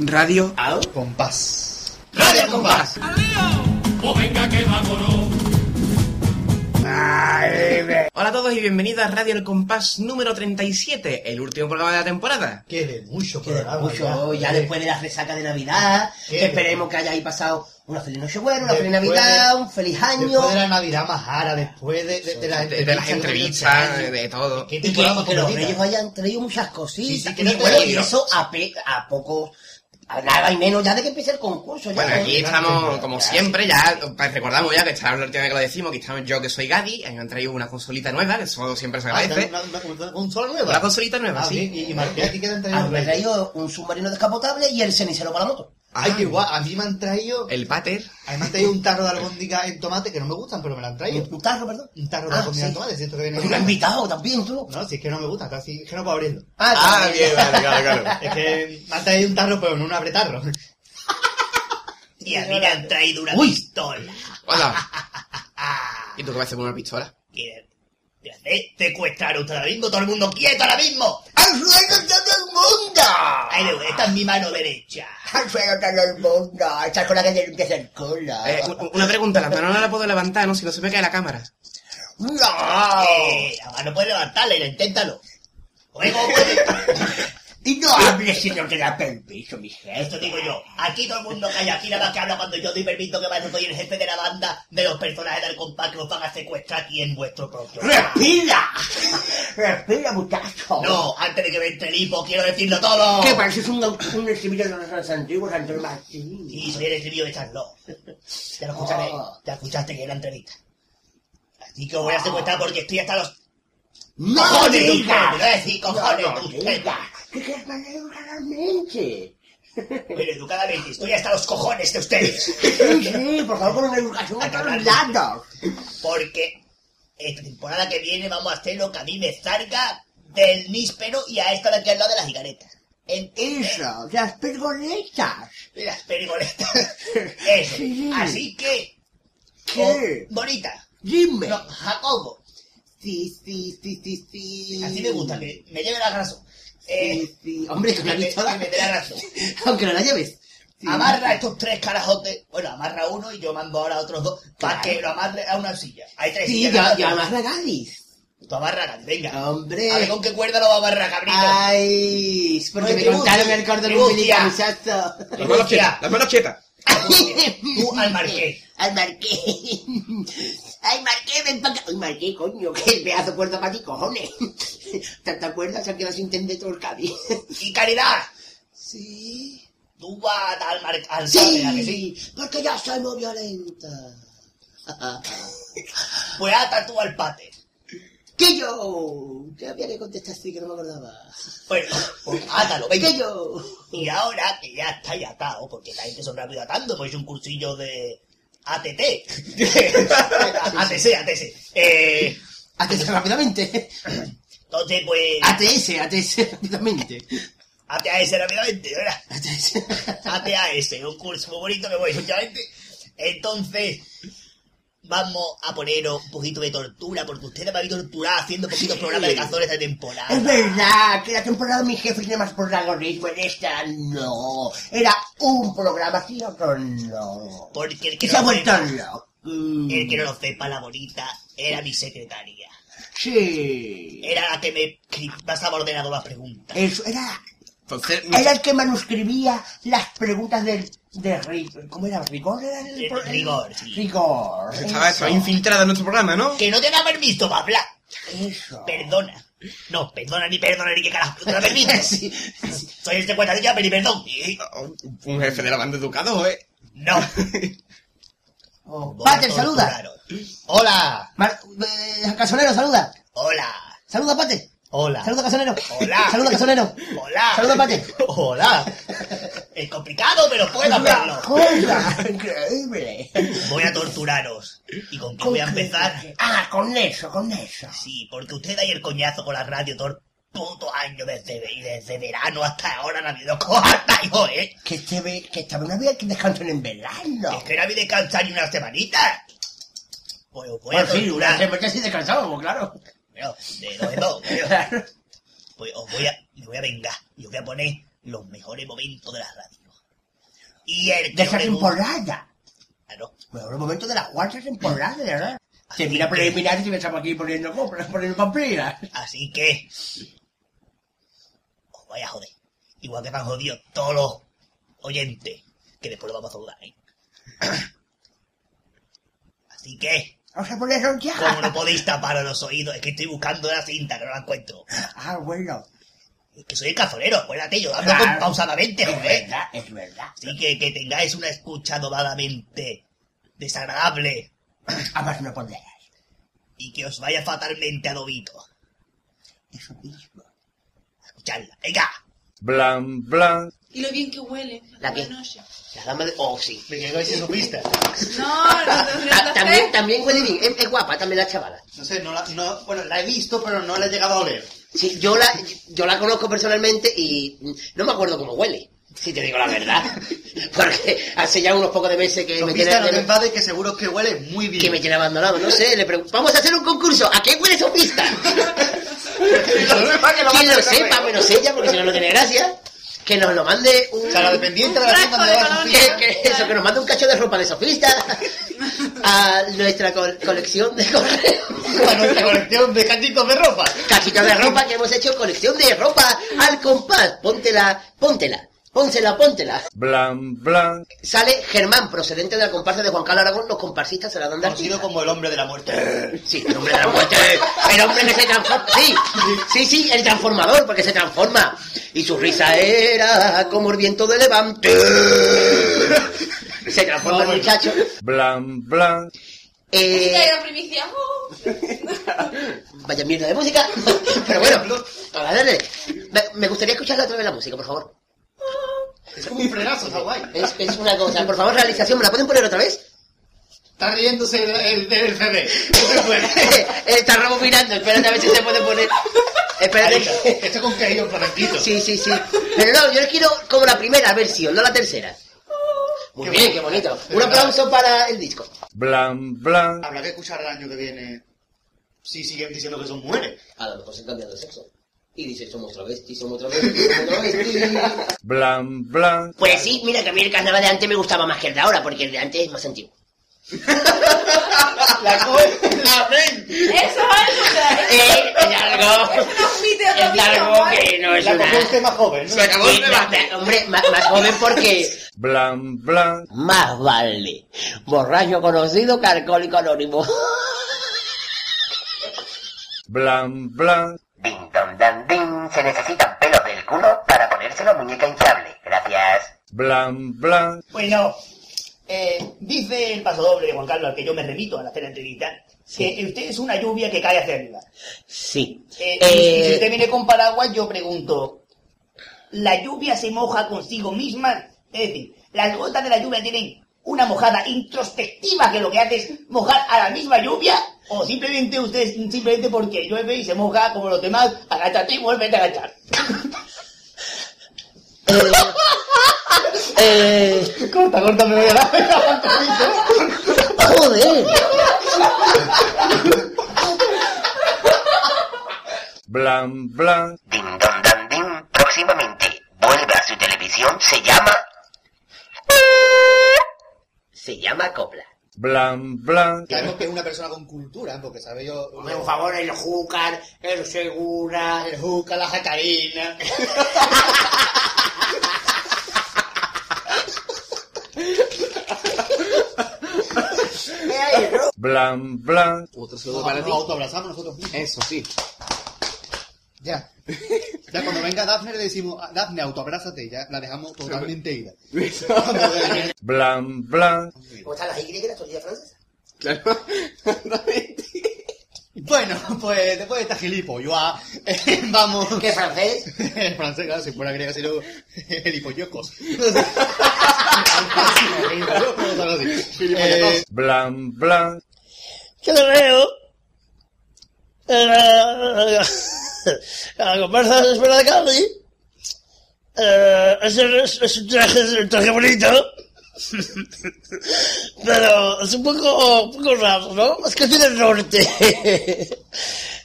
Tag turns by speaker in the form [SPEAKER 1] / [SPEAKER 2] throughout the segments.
[SPEAKER 1] Radio
[SPEAKER 2] Ao.
[SPEAKER 1] Compás.
[SPEAKER 2] Radio Compás. Hola a todos y bienvenidos a Radio El Compás número 37, el último programa de la temporada.
[SPEAKER 1] Qué de mucho
[SPEAKER 3] Que
[SPEAKER 1] programa.
[SPEAKER 3] mucho, ya después de la resaca de Navidad,
[SPEAKER 1] Qué
[SPEAKER 3] que esperemos que hayáis pasado una feliz Nochebuena, una feliz
[SPEAKER 1] Después de-
[SPEAKER 3] Navidad, un feliz año.
[SPEAKER 1] Después de la Navidad más cara, después de, de, de las
[SPEAKER 2] De, de
[SPEAKER 1] entrevistas.
[SPEAKER 2] las
[SPEAKER 1] que
[SPEAKER 2] entrevistas,
[SPEAKER 1] hemos
[SPEAKER 2] de,
[SPEAKER 1] hecho.
[SPEAKER 2] de todo.
[SPEAKER 1] Qué
[SPEAKER 3] Y que,
[SPEAKER 1] temporada
[SPEAKER 3] y
[SPEAKER 1] más
[SPEAKER 3] que los
[SPEAKER 1] cortita.
[SPEAKER 3] reyes hayan traído muchas cositas.
[SPEAKER 1] Sí, sí, que
[SPEAKER 3] y,
[SPEAKER 1] no te
[SPEAKER 3] bueno,
[SPEAKER 1] doy
[SPEAKER 3] y
[SPEAKER 1] yo.
[SPEAKER 3] eso a, pe- a poco, a nada y menos ya de que empiece el concurso. ya,
[SPEAKER 2] Bueno,
[SPEAKER 3] ¿no?
[SPEAKER 2] aquí estamos, como siempre, ya pues, recordamos ya que esta es la última vez que lo decimos, que estamos yo que soy Gadi, y me han traído una consolita nueva, que eso siempre se
[SPEAKER 1] Ah,
[SPEAKER 2] agradece.
[SPEAKER 1] una- una- una- un solo nuevo.
[SPEAKER 2] Una consolita nueva,
[SPEAKER 1] Ah,
[SPEAKER 2] sí.
[SPEAKER 1] bien, Y, y marqué aquí que te han
[SPEAKER 3] A
[SPEAKER 1] traído.
[SPEAKER 3] mí Ah, me han traído un submarino descapotable y el cenicero para la moto. Ah.
[SPEAKER 1] Ay, qué guay. A mí me han traído.
[SPEAKER 2] El pater.
[SPEAKER 1] A mí me han traído un tarro de albóndiga en tomate que no me gustan, pero me lo han traído.
[SPEAKER 3] Un, un tarro, perdón.
[SPEAKER 1] Un tarro de
[SPEAKER 3] Ah,
[SPEAKER 1] albóndiga
[SPEAKER 3] sí.
[SPEAKER 1] en tomate, siento que viene.
[SPEAKER 3] Tú lo has invitado también, tú.
[SPEAKER 1] No, si es que no me gusta, casi que no puedo abrirlo.
[SPEAKER 3] Ah, bien.
[SPEAKER 2] vale, claro,
[SPEAKER 1] Es que me han traído un tarro, pero no un abretarro.
[SPEAKER 3] Y a mí me han traído una pistola.
[SPEAKER 2] Hola. ¿Y tú qué vas a hacer con una pistola?
[SPEAKER 3] Quieren secuestrar usted ahora mismo, este todo el mundo quieto ahora mismo. ¡Al fuego todo el mundo! Ahí le voy, esta es mi mano derecha. ¡Al fuego todo el mundo! Esta es con la que tiene que hacer cola.
[SPEAKER 2] Eh, u- una pregunta, la mano no la puedo levantar, ¿no? Si no se me cae la cámara.
[SPEAKER 3] ¡No! Eh, la mano puede levantarla, y inténtalo. Luego puede... Y no hables si no te da permiso, mi jefe. Esto digo yo. Aquí todo el mundo calla. Aquí nada más que habla cuando yo doy permiso que vaya. Soy el jefe de la banda de los personajes del compás que os van a secuestrar aquí en vuestro propio. ¡Respira! ¡Respira, muchacho! No, antes de que me entre el hipo, quiero decirlo todo.
[SPEAKER 4] ¿Qué pareces un, un exhibido de los más antiguos, Antonio Martín?
[SPEAKER 3] Sí, soy el estribillo de Charlot. Ya lo escucharé.
[SPEAKER 4] Ah.
[SPEAKER 3] Ya escuchaste que era entrevista. Así que os voy a secuestrar porque estoy hasta los
[SPEAKER 4] ¡No
[SPEAKER 3] cojones de ustedes.
[SPEAKER 4] digas!
[SPEAKER 3] Voy a decir cojones
[SPEAKER 4] ¡No, no
[SPEAKER 3] de ustedes.
[SPEAKER 4] digas! ¡Que quieres más educadamente!
[SPEAKER 3] Pero educadamente, estoy hasta los cojones de ustedes.
[SPEAKER 4] Sí, sí, por favor, con una educación a todos lados.
[SPEAKER 3] Porque esta temporada que viene vamos a hacer lo que a mí me salga del níspero y a esta de aquí al lado de las higaretas. En
[SPEAKER 4] Eso, las pergoletas.
[SPEAKER 3] las pergoletas. Eso.
[SPEAKER 4] Sí.
[SPEAKER 3] Así que.
[SPEAKER 4] ¿Qué?
[SPEAKER 3] oh, bonita.
[SPEAKER 4] Dime.
[SPEAKER 3] No, Jacobo.
[SPEAKER 4] Sí, sí, sí, sí, sí.
[SPEAKER 3] Así me gusta, que me lleve la razón. Eh,
[SPEAKER 4] Sí, sí. Hombre,
[SPEAKER 3] que
[SPEAKER 4] con
[SPEAKER 3] me,
[SPEAKER 4] la pistola.
[SPEAKER 3] que me dé la razón.
[SPEAKER 4] Aunque no la lleves. Sí.
[SPEAKER 3] Amarra a estos tres carajotes. Bueno, amarra uno y yo mando ahora a otros dos para
[SPEAKER 4] Claro.
[SPEAKER 3] que lo amarre a una silla. Hay tres
[SPEAKER 4] Sí,
[SPEAKER 3] sillas.
[SPEAKER 4] ya,
[SPEAKER 3] ¿no?
[SPEAKER 4] ya amarra Gadis.
[SPEAKER 3] Tú amarra, Gandhi, venga.
[SPEAKER 4] Hombre.
[SPEAKER 3] A ver con qué cuerda lo va a amarrar, cabrito.
[SPEAKER 4] Ay, porque
[SPEAKER 3] Oye,
[SPEAKER 4] me
[SPEAKER 3] qué
[SPEAKER 4] contaron
[SPEAKER 3] bucia,
[SPEAKER 4] el cordón
[SPEAKER 3] qué bucia.
[SPEAKER 4] umbilical, muchacho.
[SPEAKER 2] Las manos quietas, las manos quietas.
[SPEAKER 3] Tú al marqués.
[SPEAKER 4] Al marqués. Ay, marqués, ven pa' acá. Ay, marqués, coño, que pedazo de puerta para ti, cojones. Tanta cuerda se ha quedado sin tender todo el Cádiz.
[SPEAKER 3] Y caridad.
[SPEAKER 4] Sí.
[SPEAKER 3] Tú vas al mar... al sábado, ¿a que sí?
[SPEAKER 4] Sí, porque yo soy muy violenta.
[SPEAKER 3] Pues ata tú al pate.
[SPEAKER 4] que yo? Ya había que contestar así que no me acordaba.
[SPEAKER 3] Bueno, pues átalo, venga.
[SPEAKER 4] que yo?
[SPEAKER 3] Y ahora que ya estáis atados, porque la gente son rápido atando, pues es un cursillo de ATT. ATC, ATC. Eh,
[SPEAKER 4] ATS rápidamente.
[SPEAKER 3] entonces, pues,
[SPEAKER 4] ATS, ATS rápidamente.
[SPEAKER 3] ATAS rápidamente, ¿verdad?
[SPEAKER 4] ATS.
[SPEAKER 3] ATAS, un curso muy bonito que voy últimamente. Entonces, vamos a poneros un poquito de tortura, porque ustedes me habéis torturado haciendo poquitos programas de cazones esta
[SPEAKER 4] Es
[SPEAKER 3] temporada.
[SPEAKER 4] verdad que la temporada de mi jefe tiene más protagonismo en esta. No. Era un programa así, otro no.
[SPEAKER 3] Porque el que,
[SPEAKER 4] Que se ha
[SPEAKER 3] no lo
[SPEAKER 4] vuelto
[SPEAKER 3] sepa,
[SPEAKER 4] loco. Mm,
[SPEAKER 3] el que no lo sepa, la bonita, era mi secretaria.
[SPEAKER 4] Sí.
[SPEAKER 3] Era la que me cri- pasaba ordenado las preguntas.
[SPEAKER 4] Eso era.
[SPEAKER 2] Entonces,
[SPEAKER 4] Era el que manuscribía las preguntas del. De, ri- ¿Cómo era? ¿Rigor? Era el,
[SPEAKER 3] El
[SPEAKER 4] pro- el-
[SPEAKER 3] rigor, sí.
[SPEAKER 4] Rigor.
[SPEAKER 2] estaba eso, infiltrada en nuestro programa, ¿no?
[SPEAKER 3] Que no te da permiso para hablar.
[SPEAKER 4] Eso.
[SPEAKER 3] Perdona. No, perdona ni perdona ni que carajo. No te da permiso.
[SPEAKER 4] Sí, sí.
[SPEAKER 3] Soy el secretario ya, pedí perdón.
[SPEAKER 2] Un jefe de la banda educado, ¿eh?
[SPEAKER 3] No.
[SPEAKER 4] Oh, Pater,
[SPEAKER 3] Vos
[SPEAKER 4] saluda.
[SPEAKER 3] torturaron. Hola.
[SPEAKER 4] Mar- eh, casonero, saluda.
[SPEAKER 3] Hola.
[SPEAKER 4] Saluda, Pater.
[SPEAKER 3] Hola.
[SPEAKER 4] Saluda, casonero.
[SPEAKER 3] Hola.
[SPEAKER 4] Saluda, casonero.
[SPEAKER 3] Hola.
[SPEAKER 4] Saluda, Pater.
[SPEAKER 3] Hola. Es complicado, pero puedo
[SPEAKER 4] ¡Una
[SPEAKER 3] hacerlo.
[SPEAKER 4] joya! ¡Increíble!
[SPEAKER 3] Voy a torturaros. ¿Y con qué voy a empezar?
[SPEAKER 4] Ah, con eso, con eso.
[SPEAKER 3] Sí, porque usted da ahí el coñazo con la radio todo el puto año, desde, y desde verano hasta ahora, Navidad. ¡Cojarta, hijo, eh!
[SPEAKER 4] Que este ve, que esta vez no había que descansar en verano.
[SPEAKER 3] Es que era mi descansar ni una semanita. Pues os voy a
[SPEAKER 4] Por fin, una
[SPEAKER 3] torturar.
[SPEAKER 4] semana sí descansábamos, claro.
[SPEAKER 3] Bueno, de dos en dos, creo.
[SPEAKER 4] Claro.
[SPEAKER 3] Pues os voy a, me voy a vengar y os voy a poner los mejores momentos de la radio. Y el
[SPEAKER 4] De
[SPEAKER 3] que
[SPEAKER 4] esa
[SPEAKER 3] no le gusta-
[SPEAKER 4] temporada.
[SPEAKER 3] Claro.
[SPEAKER 4] Mejor momento de las cuarta temporada, de verdad. Se mira preliminares y me estamos aquí poniendo compras, poniendo pamplinas.
[SPEAKER 3] Así que. Os vaya a joder. Igual que me han jodido todos los oyentes. Que después lo vamos a saludar, ¿eh? Así que,
[SPEAKER 4] Vamos a ponerlo ya.
[SPEAKER 3] como no podéis tapar a los oídos, es que estoy buscando la cinta, que no la encuentro.
[SPEAKER 4] Ah, bueno.
[SPEAKER 3] Es que soy el cazolero, acuérdate, yo hablo
[SPEAKER 4] Claro.
[SPEAKER 3] con pausadamente,
[SPEAKER 4] Es
[SPEAKER 3] joder.
[SPEAKER 4] verdad, es verdad.
[SPEAKER 3] Así que que tengáis una escucha dobladamente desagradable
[SPEAKER 4] A más no podrás.
[SPEAKER 3] y que os vaya fatalmente adobito.
[SPEAKER 4] Eso mismo.
[SPEAKER 3] Escuchadla, venga.
[SPEAKER 5] Blan, blan.
[SPEAKER 6] Y lo bien que huele.
[SPEAKER 4] La
[SPEAKER 6] Buenas
[SPEAKER 4] piel.
[SPEAKER 6] noches.
[SPEAKER 4] La dama de... Oh, sí.
[SPEAKER 3] Me quedo sin su pista.
[SPEAKER 6] No, no te rías
[SPEAKER 4] Ah,
[SPEAKER 6] la
[SPEAKER 4] también,
[SPEAKER 6] fe.
[SPEAKER 4] también huele bien. Es, es guapa también la chavala.
[SPEAKER 1] No sé, no la, no, bueno, la he visto, pero no la he llegado a oler.
[SPEAKER 4] Sí, yo la, yo la conozco personalmente y mm, no me acuerdo cómo huele. Si te digo la verdad. Porque hace ya unos pocos de meses que
[SPEAKER 1] Su
[SPEAKER 4] me
[SPEAKER 1] pista
[SPEAKER 4] tiene,
[SPEAKER 1] no te invade, que seguro que huele muy bien.
[SPEAKER 4] que me tiene abandonado. No sé, le pregunto. Vamos a hacer un concurso. ¿A qué huele su pista? Quien lo sepa, menos ella, porque si no, no tiene gracia. Que nos lo mande un...
[SPEAKER 1] O sea, la dependiente de la
[SPEAKER 6] Un
[SPEAKER 1] tienda
[SPEAKER 6] frasco de
[SPEAKER 1] donde va su
[SPEAKER 6] colonia.
[SPEAKER 1] pista.
[SPEAKER 4] que, que eso, que nos mande un cacho de ropa de sofista a nuestra col- colección de correos.
[SPEAKER 1] A nuestra colección de cachitos de ropa.
[SPEAKER 4] Cachito de ropa que hemos hecho colección de ropa al compás. Póntela, póntela, póntela, póntela.
[SPEAKER 5] Blan, blan.
[SPEAKER 4] Sale Germán, procedente de la comparsa de Juan Carlos Aragón. Los comparsistas se la dan de
[SPEAKER 1] Conocido
[SPEAKER 4] artista.
[SPEAKER 1] como el hombre de la muerte.
[SPEAKER 4] Sí, el hombre de la muerte. El hombre que se transforma. Sí, sí, sí, el transformador, porque se transforma. Y su risa era como el viento de levante. Se transforma el muchacho.
[SPEAKER 5] Blan, blan.
[SPEAKER 6] Sí,
[SPEAKER 4] Eh,
[SPEAKER 6] era primicia. Oh.
[SPEAKER 4] Vaya mierda de música. Pero bueno, a darle. Me- Me gustaría escucharla otra vez la música, por favor.
[SPEAKER 1] Es como un frenazo, está guay.
[SPEAKER 4] Es, es una cosa. Por favor, realización, ¿me la pueden poner otra vez?
[SPEAKER 1] Está riéndose del el, del CD. No se puede.
[SPEAKER 4] Está rebobinando. Espérate a ver si se puede poner. Espérate.
[SPEAKER 1] Esto con caído un flamenquito.
[SPEAKER 4] Sí, sí, sí. Pero no, yo les quiero como la primera versión, no la tercera. Muy
[SPEAKER 1] Qué
[SPEAKER 4] bien,
[SPEAKER 1] bonito.
[SPEAKER 4] qué bonito.
[SPEAKER 1] De
[SPEAKER 4] Un
[SPEAKER 1] verdad.
[SPEAKER 4] aplauso para el disco.
[SPEAKER 5] Blan, blan.
[SPEAKER 1] Habrá que escuchar el año que viene si siguen diciendo que son mujeres.
[SPEAKER 4] A lo mejor se cambia de sexo. Y dice, somos travestis, somos travestis, somos travestis.
[SPEAKER 5] Blan, blan.
[SPEAKER 4] Pues sí, mira que a mí el carnaval de antes me gustaba más que el de ahora, porque el de antes es más antiguo.
[SPEAKER 1] La coge, la ven.
[SPEAKER 6] Eso es
[SPEAKER 7] ah,
[SPEAKER 6] algo. o sea, es-
[SPEAKER 4] Eh, es
[SPEAKER 6] Es
[SPEAKER 4] algo.
[SPEAKER 6] una mite
[SPEAKER 4] Es algo que no es
[SPEAKER 1] La cogió un
[SPEAKER 4] una...
[SPEAKER 1] tema joven. ¿no?
[SPEAKER 2] Se acabó el
[SPEAKER 4] Eh, ma- ma-
[SPEAKER 2] debate.
[SPEAKER 4] hombre, ma- más joven porque...
[SPEAKER 5] Blan, blan.
[SPEAKER 4] Más vale borracho conocido que alcohólico anónimo.
[SPEAKER 5] Blan, blan.
[SPEAKER 8] Ding dong dan ding, se necesitan pelos del culo para ponerse la muñeca hinchable. Gracias.
[SPEAKER 5] Blan, blan.
[SPEAKER 3] Bueno, eh, dice el paso doble de Juan Carlos, al que yo me remito a la la entrevista, que usted es una lluvia que cae hacia arriba.
[SPEAKER 4] Sí.
[SPEAKER 3] Eh, y si usted
[SPEAKER 4] Eh,
[SPEAKER 3] viene con paraguas, yo pregunto, ¿la lluvia se moja consigo misma? Es decir, las gotas de la lluvia tienen una mojada introspectiva que lo que hace es mojar a la misma lluvia, o simplemente usted, simplemente porque llueve y se moja como los demás, agáchate y vuelve a agachar.
[SPEAKER 4] eh, eh,
[SPEAKER 1] Corta, corta, me voy a dar.
[SPEAKER 4] joder.
[SPEAKER 5] Blan, blan.
[SPEAKER 8] Ding dong dan ding, próximamente vuelve a su televisión, se llama...
[SPEAKER 4] Se llama copla.
[SPEAKER 5] Blan, blan.
[SPEAKER 1] Sabemos que es una persona con cultura, porque sabe yo...
[SPEAKER 4] Por favor, el Júcar, el Segura.
[SPEAKER 1] El juca, la jacarina...
[SPEAKER 5] Blan, blan.
[SPEAKER 2] Otro saludo para
[SPEAKER 1] Nos
[SPEAKER 2] ti.
[SPEAKER 1] autoabrazamos nosotros mismos.
[SPEAKER 2] Eso sí.
[SPEAKER 1] Ya. Ya cuando venga Dafne le decimos, "Ah, Dafne, autoabrázate, ya la dejamos totalmente ida. Cuando venga-
[SPEAKER 5] Blan, blan.
[SPEAKER 4] ¿Cómo están las Y de la tortilla francesa?
[SPEAKER 2] Claro.
[SPEAKER 1] bueno, pues después de esta gilipolloa, eh, vamos...
[SPEAKER 4] ¿Qué francés?
[SPEAKER 1] El francés, claro, si fuera griego, sino gilipollocos. Eh,
[SPEAKER 5] Blan, blan.
[SPEAKER 9] Yo creo. eh, La, la comparsa de Espera de Cali. eh, es, un- es- es un traje, es un traje bonito. Pero es un poco, un poco raro, ¿no? Es que estoy del norte.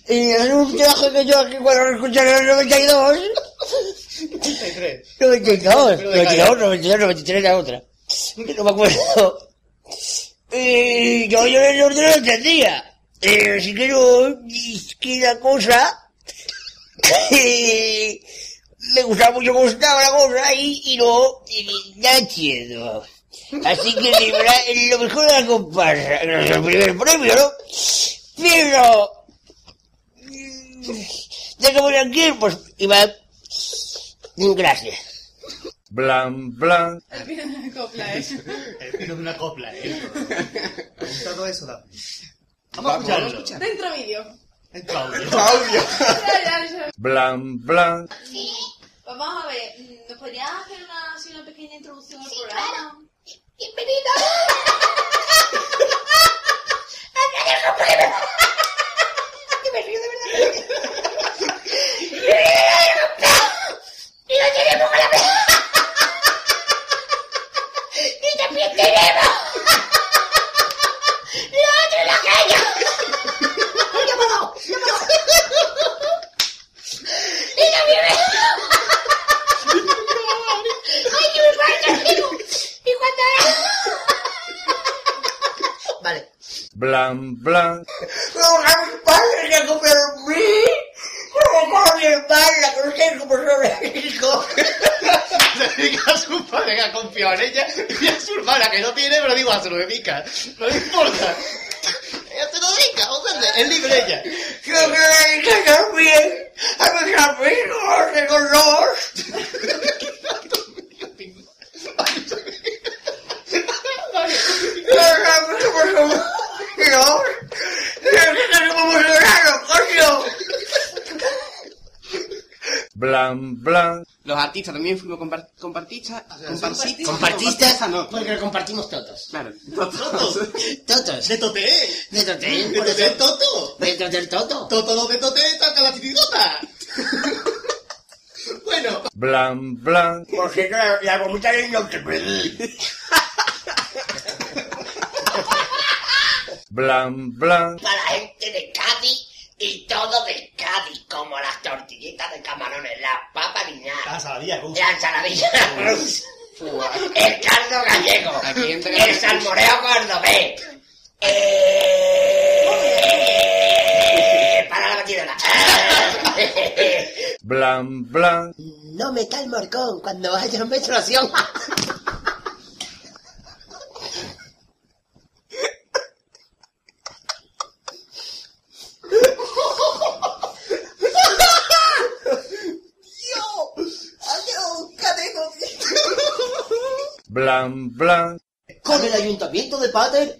[SPEAKER 9] Y es un traje que yo aquí cuando lo escuché en el 92.
[SPEAKER 1] 33.
[SPEAKER 9] 92,
[SPEAKER 1] Pero de
[SPEAKER 9] 92, 92, 93 era otra. que no me acuerdo. Y yo, yo, yo no lo entendía. Eh, si quiero, es que la cosa, eh, me gustaba mucho cómo estaba la cosa y, y no, y, la entiendo. Así que de verdad, es lo mejor de la comparsa, no es el primer premio, ¿no? Pero, mm, déjame tranquilo, pues, Iván, gracias.
[SPEAKER 5] blan, blan.
[SPEAKER 6] Al final de la copla, ¿eh?
[SPEAKER 1] El filo de una copla, ¿eh? Me gusta todo eso, Dafne. Vamos a
[SPEAKER 2] Vamos,
[SPEAKER 1] escucharlo.
[SPEAKER 2] vamos a escuchar.
[SPEAKER 6] Dentro vídeo.
[SPEAKER 1] El Claudio.
[SPEAKER 2] Claudio.
[SPEAKER 6] Ya, ya, ya.
[SPEAKER 5] Blan, blan,
[SPEAKER 6] Vamos a ver, mm, ¿nos podrías hacer una, así una pequeña introducción al programa?
[SPEAKER 4] Vale.
[SPEAKER 5] blan, blan.
[SPEAKER 4] a mi padre que comió en mí. Como con mi hermana, que no sé cómo
[SPEAKER 1] Le dedica a su padre que ha confiado en ella y a su hermana que no tiene, pero digo, "Ah, se lo dedica. No le importa. Ella se lo dedica, o sea, es libre ella.
[SPEAKER 4] Creo que me dediqué también a mis amigos de color.
[SPEAKER 5] Blan, blan,
[SPEAKER 2] Los artistas también fuimos compar- compartistas. Comparsistas.
[SPEAKER 4] Compartistas,
[SPEAKER 2] no.
[SPEAKER 4] porque lo compartimos todos.
[SPEAKER 2] Claro.
[SPEAKER 4] Todos.
[SPEAKER 1] De toté.
[SPEAKER 4] De totel,
[SPEAKER 1] De
[SPEAKER 4] por
[SPEAKER 1] toté,
[SPEAKER 4] eso.
[SPEAKER 1] toto.
[SPEAKER 4] De del todo.
[SPEAKER 1] Toto no de toté, saca la titigota. Bueno,
[SPEAKER 5] blan, blan.
[SPEAKER 3] Porque claro, la gomita de no te pedí.
[SPEAKER 5] Blan, blan,
[SPEAKER 4] Para la gente de Cádiz y todo de Cádiz, como las tortillitas de camarones, las papas
[SPEAKER 1] la
[SPEAKER 4] niñadas,
[SPEAKER 1] sabía, Gus.
[SPEAKER 4] la ensaladilla rusa, el caldo gallego,
[SPEAKER 2] Aquí entra-
[SPEAKER 4] el salmoreo cordobés. eh, Para la batidora.
[SPEAKER 5] blan, blan.
[SPEAKER 4] No me el morcón cuando vaya a menstruación.
[SPEAKER 5] Blan, blan,
[SPEAKER 4] ¿Con el ayuntamiento de Pater?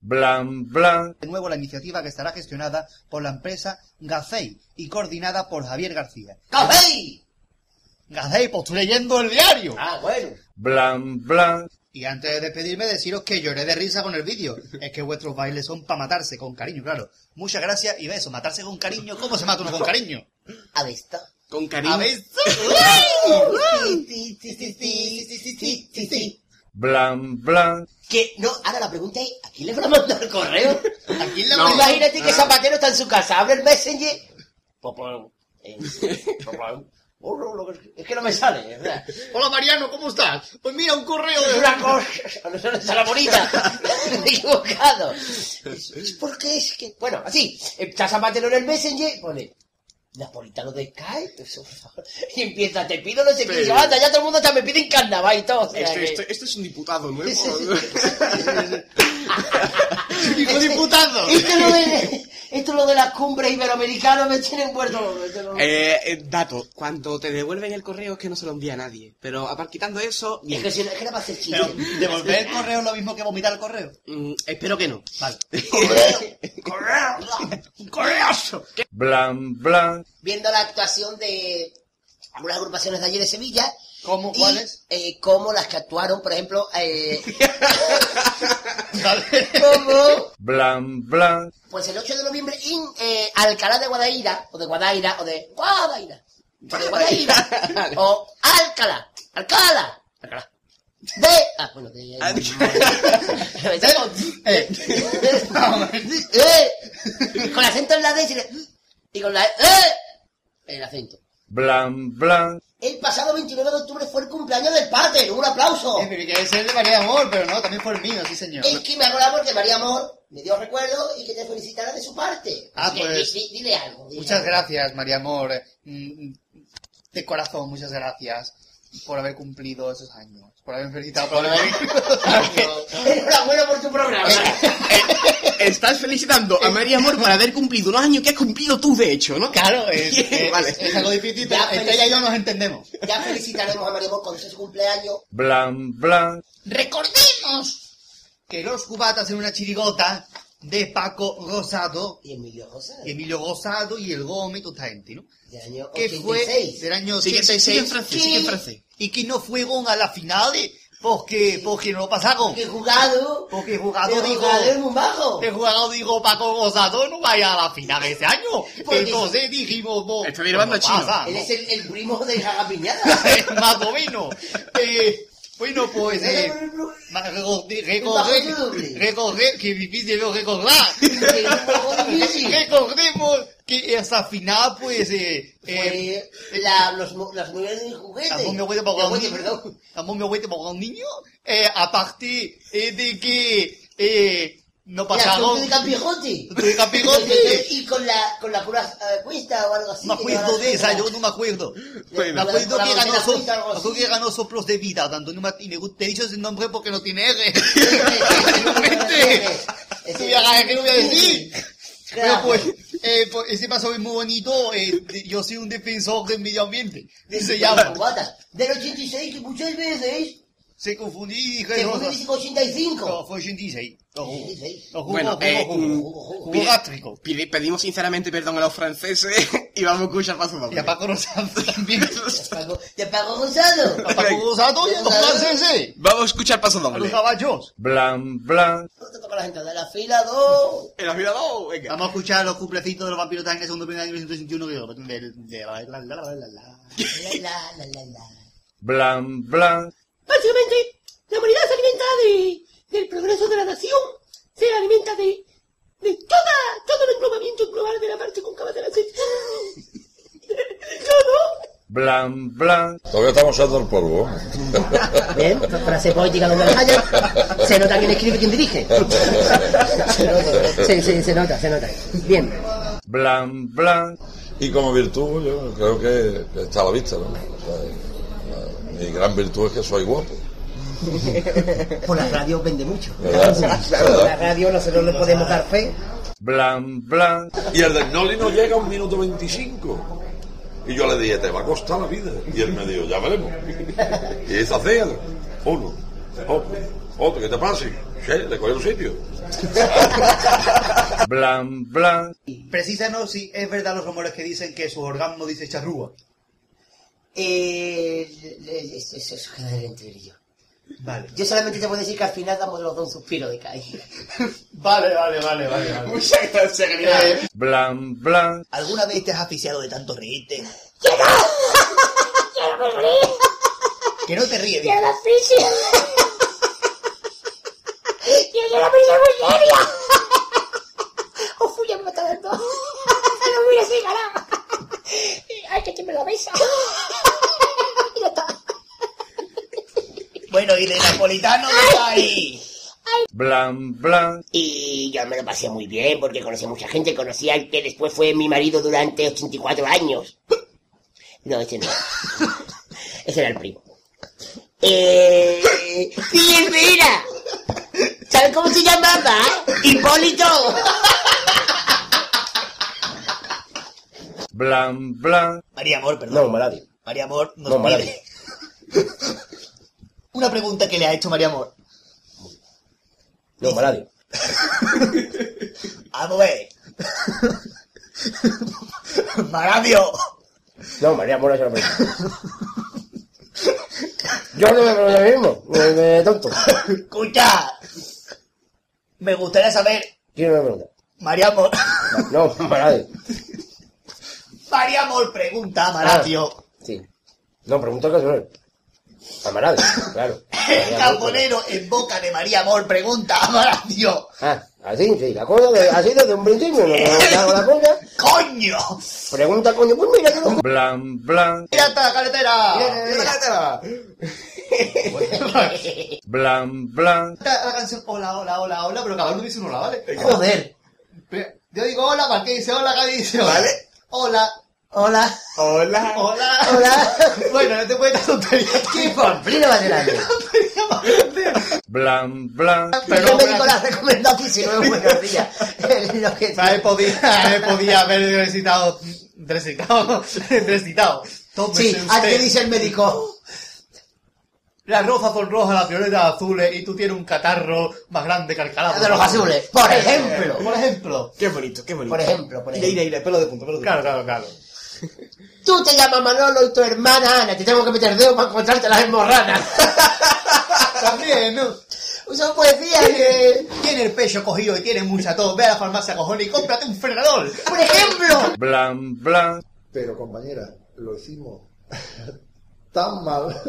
[SPEAKER 5] blan, blan.
[SPEAKER 1] De nuevo, la iniciativa que estará gestionada por la empresa Gacey y coordinada por Javier García.
[SPEAKER 4] ¡Café!
[SPEAKER 1] Gacey, pues estoy leyendo el diario.
[SPEAKER 4] Ah, bueno.
[SPEAKER 5] Blan, blan,
[SPEAKER 1] Y antes de despedirme, deciros que lloré de risa con el vídeo. Es que vuestros bailes son para matarse con cariño, claro. Muchas gracias y besos. Matarse con cariño, ¿cómo se mata uno con cariño?
[SPEAKER 4] A ver, esto.
[SPEAKER 2] Con
[SPEAKER 1] A
[SPEAKER 2] cariño.
[SPEAKER 1] besos.
[SPEAKER 4] Sí, sí, sí, sí, sí, sí, sí, sí, sí.
[SPEAKER 5] blan, blan.
[SPEAKER 4] Que, no, ahora la pregunta es, ¿a quién le van a mandar el correo?
[SPEAKER 1] ¿A quién le
[SPEAKER 2] No.
[SPEAKER 1] manda?
[SPEAKER 4] Imagínate que Zapatero está en su casa, abre el Messenger. Popó, eh, popó. Oh, no, no, Es que no me sale, es verdad.
[SPEAKER 1] Hola Mariano, ¿cómo estás? Pues mira, un correo
[SPEAKER 4] Es
[SPEAKER 1] de...
[SPEAKER 4] una cosa, no sale la bonita. Me he equivocado. Es, es porque es que, bueno, así, está Zapatero en el Messenger, pone. Napolitano de Skype, eso, por favor. Y empieza, te pido no sé qué, y yo, anda, ya todo el mundo hasta me piden carnaval y todo. o sea
[SPEAKER 1] Este
[SPEAKER 4] que-
[SPEAKER 2] Esto, esto, esto Este, es un diputado nuevo.
[SPEAKER 1] ¡Ningún diputado!
[SPEAKER 4] Esto este, lo de, esto lo de las cumbres iberoamericanas me tiene muerto. loco, este esto no-
[SPEAKER 2] Eh, eh, dato, cuando te devuelven el correo es que no se lo envía a nadie. Pero aparte quitando eso,
[SPEAKER 4] Es
[SPEAKER 2] bien.
[SPEAKER 4] que, si no- es que no va a ser chiste.
[SPEAKER 1] Pero, ¿devolver el correo es lo mismo que vomitar el correo?
[SPEAKER 2] Mm, espero que no.
[SPEAKER 1] Vale.
[SPEAKER 2] ¡Correazo!
[SPEAKER 5] Blan, blan,
[SPEAKER 4] Viendo la actuación de algunas agrupaciones de allí de Sevilla.
[SPEAKER 1] ¿Cómo?
[SPEAKER 4] y,
[SPEAKER 1] ¿Cuáles?
[SPEAKER 4] eh, como las que actuaron, por ejemplo, eh,
[SPEAKER 1] Vale.
[SPEAKER 4] como
[SPEAKER 5] blan, blan.
[SPEAKER 4] pues el 8 de noviembre en eh, Alcalá de Guadaira, o de Guadaira, o de Guadaira, o de Guadaira, o Alcalá, Alcalá, Alcalá. De... Ah, bueno, de...
[SPEAKER 1] Eh,
[SPEAKER 4] Eh, con acento en la D y le- y con la E. ¡Eh! El acento.
[SPEAKER 5] Blan, blan,
[SPEAKER 4] El pasado 29 de octubre fue el cumpleaños del Pater. Un aplauso.
[SPEAKER 1] Eh, pero que ser el de María Amor, pero no, también fue el mío, sí señor.
[SPEAKER 4] Es que me acordamos que María Amor me dio recuerdo y que te felicitara de su parte.
[SPEAKER 1] Ah,
[SPEAKER 4] Así que
[SPEAKER 1] pues.
[SPEAKER 4] di- di- dile algo. dile
[SPEAKER 1] Muchas
[SPEAKER 4] algo.
[SPEAKER 1] gracias, María Amor. Mm, mm, De corazón, muchas gracias por haber cumplido esos años. Por haberme felicitado, por haber cumplido esos años.
[SPEAKER 4] Enhorabuena por tu programa.
[SPEAKER 1] Eh.
[SPEAKER 2] Estás felicitando a María Amor por haber cumplido unos años que has cumplido tú, de hecho, ¿no?
[SPEAKER 1] Claro, es,
[SPEAKER 2] Bien,
[SPEAKER 1] es-
[SPEAKER 2] vale.
[SPEAKER 1] es algo difícil,
[SPEAKER 4] Ya,
[SPEAKER 1] pero entre
[SPEAKER 4] feliz-
[SPEAKER 1] ella y yo nos entendemos.
[SPEAKER 4] Ya felicitaremos a María Amor con su cumpleaños.
[SPEAKER 5] blan, blan,
[SPEAKER 1] Recordemos que los cubatas en una chirigota de Paco Rosado,
[SPEAKER 4] Y Emilio Rosa.
[SPEAKER 1] Emilio Rosado y el Gómez, toda esta gente, ¿no?
[SPEAKER 4] Del año
[SPEAKER 1] que
[SPEAKER 4] 86.
[SPEAKER 1] fue del año
[SPEAKER 2] Sigue- sigue
[SPEAKER 1] 86
[SPEAKER 2] en francés, sigue en francés.
[SPEAKER 1] y que no fueron a la final pues porque porque no lo pasaron
[SPEAKER 4] Que jugado.
[SPEAKER 1] porque el
[SPEAKER 4] El
[SPEAKER 1] jugador dijo
[SPEAKER 4] jugador es muy bajo.
[SPEAKER 1] el jugador dijo Paco Rosado no vaya a la final ese año
[SPEAKER 4] Porque-
[SPEAKER 1] entonces dijimos vos
[SPEAKER 2] Está derivando
[SPEAKER 1] pues
[SPEAKER 2] a
[SPEAKER 1] no
[SPEAKER 2] chino.
[SPEAKER 1] pasa,
[SPEAKER 4] Él
[SPEAKER 1] ¿no?
[SPEAKER 4] es el, el primo de Jaga Piñata.
[SPEAKER 1] más o menos Eh, bueno pues eh, ma- reco- recorrer
[SPEAKER 4] doble.
[SPEAKER 1] recorrer que difícil es recordar
[SPEAKER 4] Que es un poco difícil.
[SPEAKER 1] recordemos que esa final pues eh, eh,
[SPEAKER 4] Fue Pues, la, los, mo- las novelas del juguete.
[SPEAKER 1] Tampoco me voy a pagar un
[SPEAKER 4] Juguete,
[SPEAKER 1] niño.
[SPEAKER 4] perdón.
[SPEAKER 1] Tampoco me voy a pagar un niño. Eh, aparte eh, de que eh, no
[SPEAKER 4] Y la
[SPEAKER 1] pasaron.
[SPEAKER 4] suerte de Campijote.
[SPEAKER 1] Tú de Campijote.
[SPEAKER 4] Y con la, con la cura eh, cuesta o algo así.
[SPEAKER 1] No me
[SPEAKER 4] que llevaba
[SPEAKER 1] acuerdo
[SPEAKER 4] la
[SPEAKER 1] de esa,
[SPEAKER 4] suegra.
[SPEAKER 1] yo no me acuerdo.
[SPEAKER 4] Bueno.
[SPEAKER 1] me acuerdo que ganó,
[SPEAKER 4] Con la
[SPEAKER 1] so-
[SPEAKER 4] cuenta, algo
[SPEAKER 1] me acuerdo
[SPEAKER 4] así.
[SPEAKER 1] que ganó soplos de vida, tanto no Martínez. Te he dicho ese nombre porque no tiene R.
[SPEAKER 4] Exactamente.
[SPEAKER 1] ¿Qué voy a- qué voy a decir? Pero
[SPEAKER 4] Claro.
[SPEAKER 1] pues, eh, pues, ese paso es muy bonito. eh, de- yo soy un defensor del medio ambiente.
[SPEAKER 4] De-
[SPEAKER 1] Se
[SPEAKER 4] de-
[SPEAKER 1] llama.
[SPEAKER 4] cubata. Del 86, que muchas veces
[SPEAKER 1] Se confundí y dije.
[SPEAKER 4] se
[SPEAKER 1] no,
[SPEAKER 4] convierte en 85.
[SPEAKER 1] No, fue 86. No, jugo.
[SPEAKER 4] 86.
[SPEAKER 1] No, jugo,
[SPEAKER 2] Bueno,
[SPEAKER 1] jugo,
[SPEAKER 2] eh,
[SPEAKER 1] jugo,
[SPEAKER 2] mm,
[SPEAKER 1] jugo, jugo,
[SPEAKER 2] pide-
[SPEAKER 1] gástrico.
[SPEAKER 2] pide- pedimos sinceramente perdón a los franceses y vamos a escuchar paso a paso.
[SPEAKER 1] Y a Paco Rosado también.
[SPEAKER 4] Te pagó- Te pagó Rosado.
[SPEAKER 1] A Paco Rosado y a los franceses.
[SPEAKER 2] Vamos a escuchar paso
[SPEAKER 1] A los
[SPEAKER 2] doble.
[SPEAKER 1] caballos.
[SPEAKER 5] blan, blan,
[SPEAKER 4] No te toca la gente de la fila 2.
[SPEAKER 2] El afilador, venga.
[SPEAKER 1] Vamos a escuchar los cumplecitos de los vampiros en el segundo primer año 1961. que- del- de la- la- la- la- la- la.
[SPEAKER 4] La, la, la, la.
[SPEAKER 5] blan, blan,
[SPEAKER 7] Básicamente, la humanidad se alimenta de, del progreso de la nación, se alimenta de, de toda, todo el englobamiento global de la parte cóncava de la seta. Todo.
[SPEAKER 5] blan, blan,
[SPEAKER 10] Todavía estamos echando el polvo.
[SPEAKER 4] ¿Ven? Frase poética donde la haya. Se nota quién escribe y quién dirige. Se nota, se, se, se nota, se nota. Bien.
[SPEAKER 5] blan, blan,
[SPEAKER 10] Y como virtud, yo creo que está a la vista, ¿no? O sea, la- mi gran virtud es que soy guapo.
[SPEAKER 4] Por la radio vende mucho.
[SPEAKER 10] ¿verdad?
[SPEAKER 4] La
[SPEAKER 10] ¿Verdad?
[SPEAKER 4] radio nosotros le podemos dar fe.
[SPEAKER 5] blan, blan,
[SPEAKER 10] Y el del Noli no llega a un minuto 25. Y yo le dije, te va a costar la vida. Y él me dijo, ya veremos. Y hizo hacer uno, otro, otro, que te pase. Che, le cogió el sitio.
[SPEAKER 5] blan, blan,
[SPEAKER 1] Precísanos si es verdad los rumores que dicen que su orgasmo dice charrúa.
[SPEAKER 4] Eh, eso, eso, eso queda en el enterillo.
[SPEAKER 1] Vale.
[SPEAKER 4] Yo solamente te puedo decir que al final damos los dos un suspiro de calle.
[SPEAKER 1] Vale, vale, vale, vale. vale.
[SPEAKER 2] Muchas gracias, querida.
[SPEAKER 5] ¿eh? blan, blan,
[SPEAKER 3] ¿Alguna vez te has asfixiado de tanto reírte?
[SPEAKER 7] ¡Ya me morí!
[SPEAKER 3] Que no te ríes,
[SPEAKER 7] ¡Ya
[SPEAKER 3] bien.
[SPEAKER 7] la ficha! ¡Ya ya la ficha muy seria!
[SPEAKER 4] Oh,
[SPEAKER 7] ¡O fui a matar no! ¡No hubiera sido nada! ¡Ay, que te me la besa! Y ya está.
[SPEAKER 3] Bueno, y de napolitano ¿qué hay.
[SPEAKER 5] blan, blan,
[SPEAKER 9] Y yo me lo pasé muy bien porque conocí a mucha gente. Conocí al que después fue mi marido durante 84 años. No, ese no. Ese era el primo. Eh... ¡Sí, es mira! ¿Sabes cómo se llamaba? ¡Hipólito!
[SPEAKER 5] blan, blan,
[SPEAKER 3] María Amor, perdón.
[SPEAKER 4] No, Maladi.
[SPEAKER 3] María Amor nos
[SPEAKER 4] No, Maladi.
[SPEAKER 3] pide. Una pregunta que le ha hecho María Amor.
[SPEAKER 4] No, Maladi.
[SPEAKER 3] Vamos a ver. Maradio.
[SPEAKER 4] No, María Mora yo lo Yo no me lo mismo. Me, tonto.
[SPEAKER 3] Escucha. Me gustaría saber,
[SPEAKER 4] ¿Quién me pregunta?
[SPEAKER 3] María Amor.
[SPEAKER 4] No, Maladi.
[SPEAKER 3] María Amor pregunta a Maradio.
[SPEAKER 4] Sí. No, pregunta que Amarade, claro.
[SPEAKER 3] Carbonero en boca de María Amor pregunta Amarandio.
[SPEAKER 4] Ah, así, sí, la cosa de- así desde un principio, ¿no? Hago la cosa,
[SPEAKER 3] ¡Coño!
[SPEAKER 4] pregunta coño, pues mira, yo no...
[SPEAKER 5] blan, blan,
[SPEAKER 3] ¡Pirata la carretera!
[SPEAKER 4] ¡Pirata!
[SPEAKER 5] blan, blan,
[SPEAKER 1] La, la canción hola, hola, hola, hola, pero cada uno dice un hola, ¿vale?
[SPEAKER 3] Joder.
[SPEAKER 1] Pero Yo digo hola, Martín dice hola, Gaby dice hola. ¿Vale? Hola. Hola. Hola. Hola.
[SPEAKER 4] Hola.
[SPEAKER 1] Bueno, no te puedes dar tonterías.
[SPEAKER 4] ¡Qué pamplina más grande!
[SPEAKER 5] blan, blan,
[SPEAKER 1] Pero
[SPEAKER 4] Pero me
[SPEAKER 1] bueno.
[SPEAKER 4] Nicolás recomendó aquí si no es buena día. Lo que
[SPEAKER 1] ¿Sabes? Podía, ¿sabes? podía haber necesitado. Necesitado. Necesitado. Tómese
[SPEAKER 4] Sí, ¿a qué
[SPEAKER 1] usted.
[SPEAKER 4] dice el médico?
[SPEAKER 1] Las rosas son rojas, las violetas azules y tú tienes un catarro más grande que Eh, Alcalá.
[SPEAKER 4] De los azules, por
[SPEAKER 2] Eh,
[SPEAKER 4] ejemplo.
[SPEAKER 1] Por ejemplo.
[SPEAKER 11] Qué bonito, qué bonito.
[SPEAKER 4] Por ejemplo, por
[SPEAKER 11] Ira, ira,
[SPEAKER 4] ejemplo.
[SPEAKER 11] ira, pelo de punta, pelo de punta.
[SPEAKER 1] Claro, claro, claro.
[SPEAKER 4] Tú te llamas Manolo y tu hermana Ana. Te tengo que meter dedo para encontrarte las hemorranas.
[SPEAKER 1] También, ¿no?
[SPEAKER 4] Son poesías que...
[SPEAKER 1] Tiene el pecho cogido y tiene mucha tos. Ve a la farmacia cojones y cómprate un frenador.
[SPEAKER 4] Por ejemplo.
[SPEAKER 5] blan, blan,
[SPEAKER 12] Pero compañera, lo hicimos tan mal,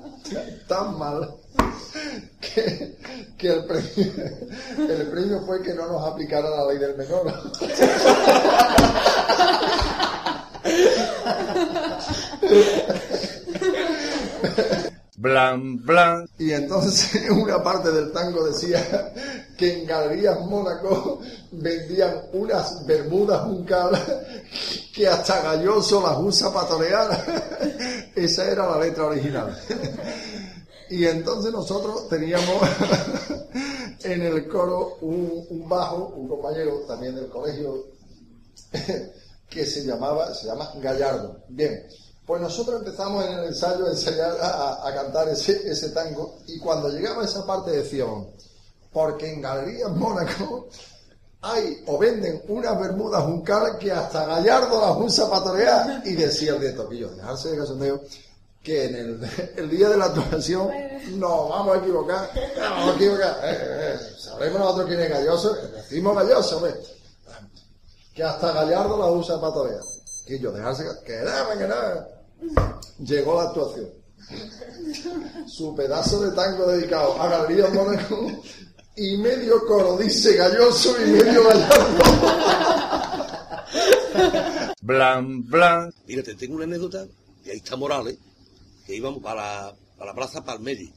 [SPEAKER 12] tan mal, que, que el, premio, el premio fue que no nos aplicara la ley del menor.
[SPEAKER 5] blan, blan,
[SPEAKER 12] Y entonces una parte del tango decía que en Galerías Mónaco vendían unas bermudas juncalas que hasta Galloso las usa para torear. Esa era la letra original. Y entonces nosotros teníamos en el coro un, un bajo, un compañero también del colegio, que se llamaba, se llama Gallardo. Bien, pues nosotros empezamos en el ensayo a ensayar a, a cantar ese, ese tango y cuando llegaba a esa parte decíamos, porque en Galerías Mónaco hay o venden unas bermudas juncalas que hasta Gallardo las usa para torear y decía el de Toquillo, dejarse de cachondeo que en el, el día de la actuación nos vamos a equivocar, nos vamos a equivocar, Eh, eh, sabremos nosotros quién es Galloso, decimos Galloso, hombre que hasta Gallardo la usa para todavía. Que yo dejarse que
[SPEAKER 10] Ah,
[SPEAKER 12] nada, que nada. Llegó la actuación. Su pedazo de tango dedicado a Galería Mónaco y medio coro dice Galloso y medio Gallardo.
[SPEAKER 5] blan, blan,
[SPEAKER 10] Mira, te tengo una anécdota, y ahí está Morales, que íbamos para, para la plaza Palmeri.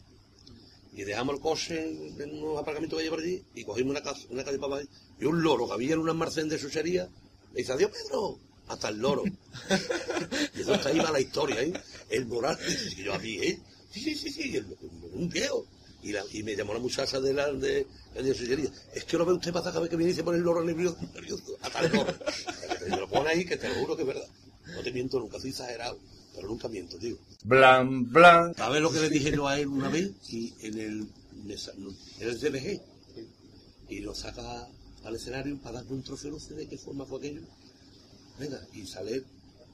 [SPEAKER 10] Y dejamos el coche en en unos aparcamientos que hay por allí, y cogimos una, casa- una calle para allí, y un loro que había en una almacén de sucería, le dice, adiós Pedro, hasta el loro. y entonces ahí va la historia, ¿eh? El Morales, y yo a mí, ¿eh? Sí, sí, sí, sí, y el- un viejo. Y, la- y me llamó la muchacha de la de, de la sucería, es que lo ve usted pasar cada vez que viene y se pone el loro nervioso, nervioso hasta el loro. Y me lo pone ahí, que te lo juro que es verdad. No te miento nunca, soy exagerado, pero nunca miento, tío.
[SPEAKER 5] blan, blan,
[SPEAKER 10] ¿Sabes lo que le dije yo a él una vez? Y en el, me sa- no, en el CBG. Y lo saca al escenario para darle un trofeo, no sé de qué forma fue aquello. Venga, y sale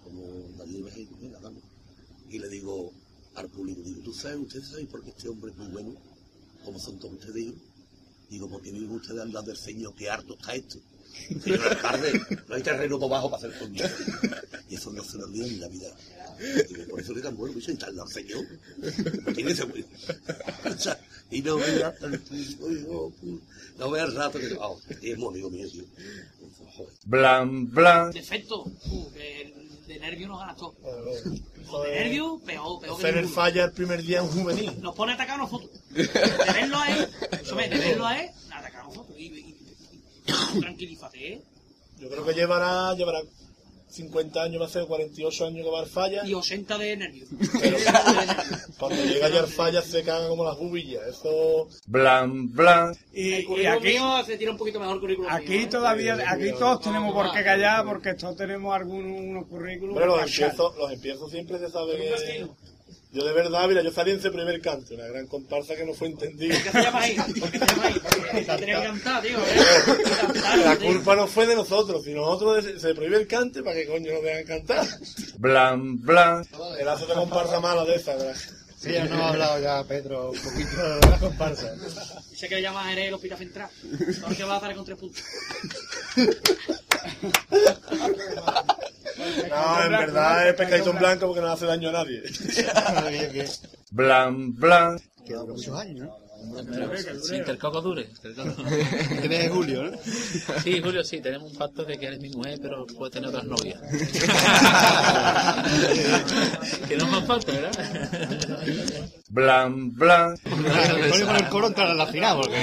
[SPEAKER 10] como Daniel Vejeiro, venga, vamos. Y le digo al público, digo, ¿tú sabes, ustedes saben por qué este hombre es muy bueno? Como son todos ustedes, digo. Digo, porque viven ustedes al lado del señor, qué harto está esto. Señor alcalde, no hay terreno por bajo para hacer conmigo. Y eso no se lo olvida en la vida. Digo, por eso que tan bueno, y tan señor. Pues Tiene seguridad. O sea, y no veas el piso, hijo, pu- "Pues, no veas el rato que. Ah, es muy amigo mío, tío. Joder.
[SPEAKER 5] blan, blan,
[SPEAKER 13] Defecto, uh, que de nervio nos gana todo. O de nervio, peor, peor que
[SPEAKER 11] Hacer el
[SPEAKER 13] ninguno.
[SPEAKER 11] falla el primer día en juvenil.
[SPEAKER 13] Nos pone a atacar a nosotros. De verlo a él, escúchame, de verlo a él, atacar a nosotros. Y, y- y- tranquilízate, ¿eh?
[SPEAKER 11] Yo creo que llevará, llevará 50 años, va a hacer 48 años que va al falla.
[SPEAKER 13] Y 80 de nervios.
[SPEAKER 11] Cuando llega ya al falla se caga como las bubillas. Eso.
[SPEAKER 5] blan, blan,
[SPEAKER 13] Y,
[SPEAKER 11] aquí-
[SPEAKER 13] se tira un poquito mejor currículum.
[SPEAKER 14] Aquí todavía, aquí todos tenemos por qué callar porque todos tenemos algunos unos currículos.
[SPEAKER 11] Hombre, los
[SPEAKER 14] que sacar.
[SPEAKER 11] empiezo, los empiezo siempre se sabe que. Yo de verdad, mira, yo salí en ese primer canto, una gran comparsa que no fue entendida. ¿Qué
[SPEAKER 13] se llama ahí? que cantar, tío. ¿eh?
[SPEAKER 11] La culpa no fue de nosotros, si nosotros se- se prohíbe el cante, ¿para qué coño nos dejan cantar?
[SPEAKER 5] blan, blan,
[SPEAKER 11] El hace de comparsa mala de esa, ¿verdad?
[SPEAKER 13] Sí, ya nos ha hablado
[SPEAKER 11] ya, Pedro, un poquito de la comparsa.
[SPEAKER 13] Sé que le llamas Jerez el hospital central. Ahora que va a estar con tres puntos.
[SPEAKER 11] No, en verdad es pescadito en blanco porque no hace daño a nadie.
[SPEAKER 5] Blan, blan.
[SPEAKER 15] Quedó muchos años, ¿no?
[SPEAKER 16] Sin que el coco dure. que el coco-
[SPEAKER 15] Tienes Julio, ¿no?
[SPEAKER 16] Sí, Julio, sí, tenemos un pacto de que eres mi mujer, pero puedes tener otras novias. que no es más pacto, ¿verdad?
[SPEAKER 5] Blan, blan.
[SPEAKER 15] Julio con el coro entrará a la final, porque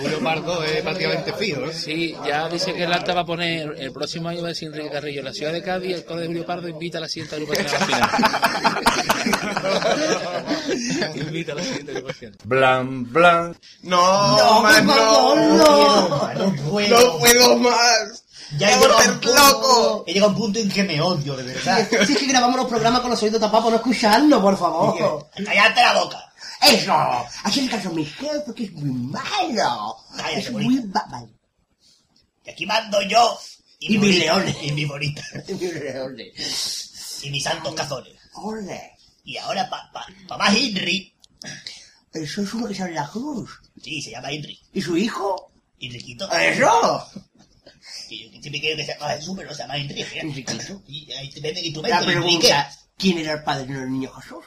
[SPEAKER 15] Julio Pardo es prácticamente fijo, ¿no?
[SPEAKER 16] Sí, ya dice que el alta va a poner, el próximo año va a decir Enrique Carrillo, la ciudad de Cádiz, el conde Julio Pardo invita a la siguiente agrupación a la final. invita a la siguiente agrupación.
[SPEAKER 5] Blan, blan.
[SPEAKER 16] No,
[SPEAKER 15] No,
[SPEAKER 16] más
[SPEAKER 15] por favor, no.
[SPEAKER 3] No puedo.
[SPEAKER 15] No puedo más.
[SPEAKER 3] Ya he llegado, un punto, loco. he llegado a un punto en que me odio, de verdad.
[SPEAKER 4] Si es que grabamos los programas con los oídos tapados para no escucharlo, por favor.
[SPEAKER 3] ¡Cállate la boca!
[SPEAKER 4] ¡Eso! Hacerle caso a mi jefe, que es muy malo.
[SPEAKER 3] Cállate,
[SPEAKER 4] es
[SPEAKER 3] bonita.
[SPEAKER 4] muy malo.
[SPEAKER 3] Y aquí mando yo.
[SPEAKER 4] Y mis leones.
[SPEAKER 3] Y mi bonita.
[SPEAKER 4] y mis leones.
[SPEAKER 3] Y mis santos cazones.
[SPEAKER 4] Ole.
[SPEAKER 3] Y ahora pa, pa, papá Henry.
[SPEAKER 4] Eso es uno que sale en la cruz.
[SPEAKER 3] Sí, se llama Henry.
[SPEAKER 4] ¿Y su hijo?
[SPEAKER 3] Enriquito.
[SPEAKER 4] ¡Eso!
[SPEAKER 3] Y yo siempre quiero que se llama Jesús, pero no se llama Henry. mira.
[SPEAKER 4] Enriquito.
[SPEAKER 3] Y ahí te venden
[SPEAKER 4] La
[SPEAKER 3] instrumentos, Enrique.
[SPEAKER 4] pregunta, ¿quién era el padrino del niño Jesús?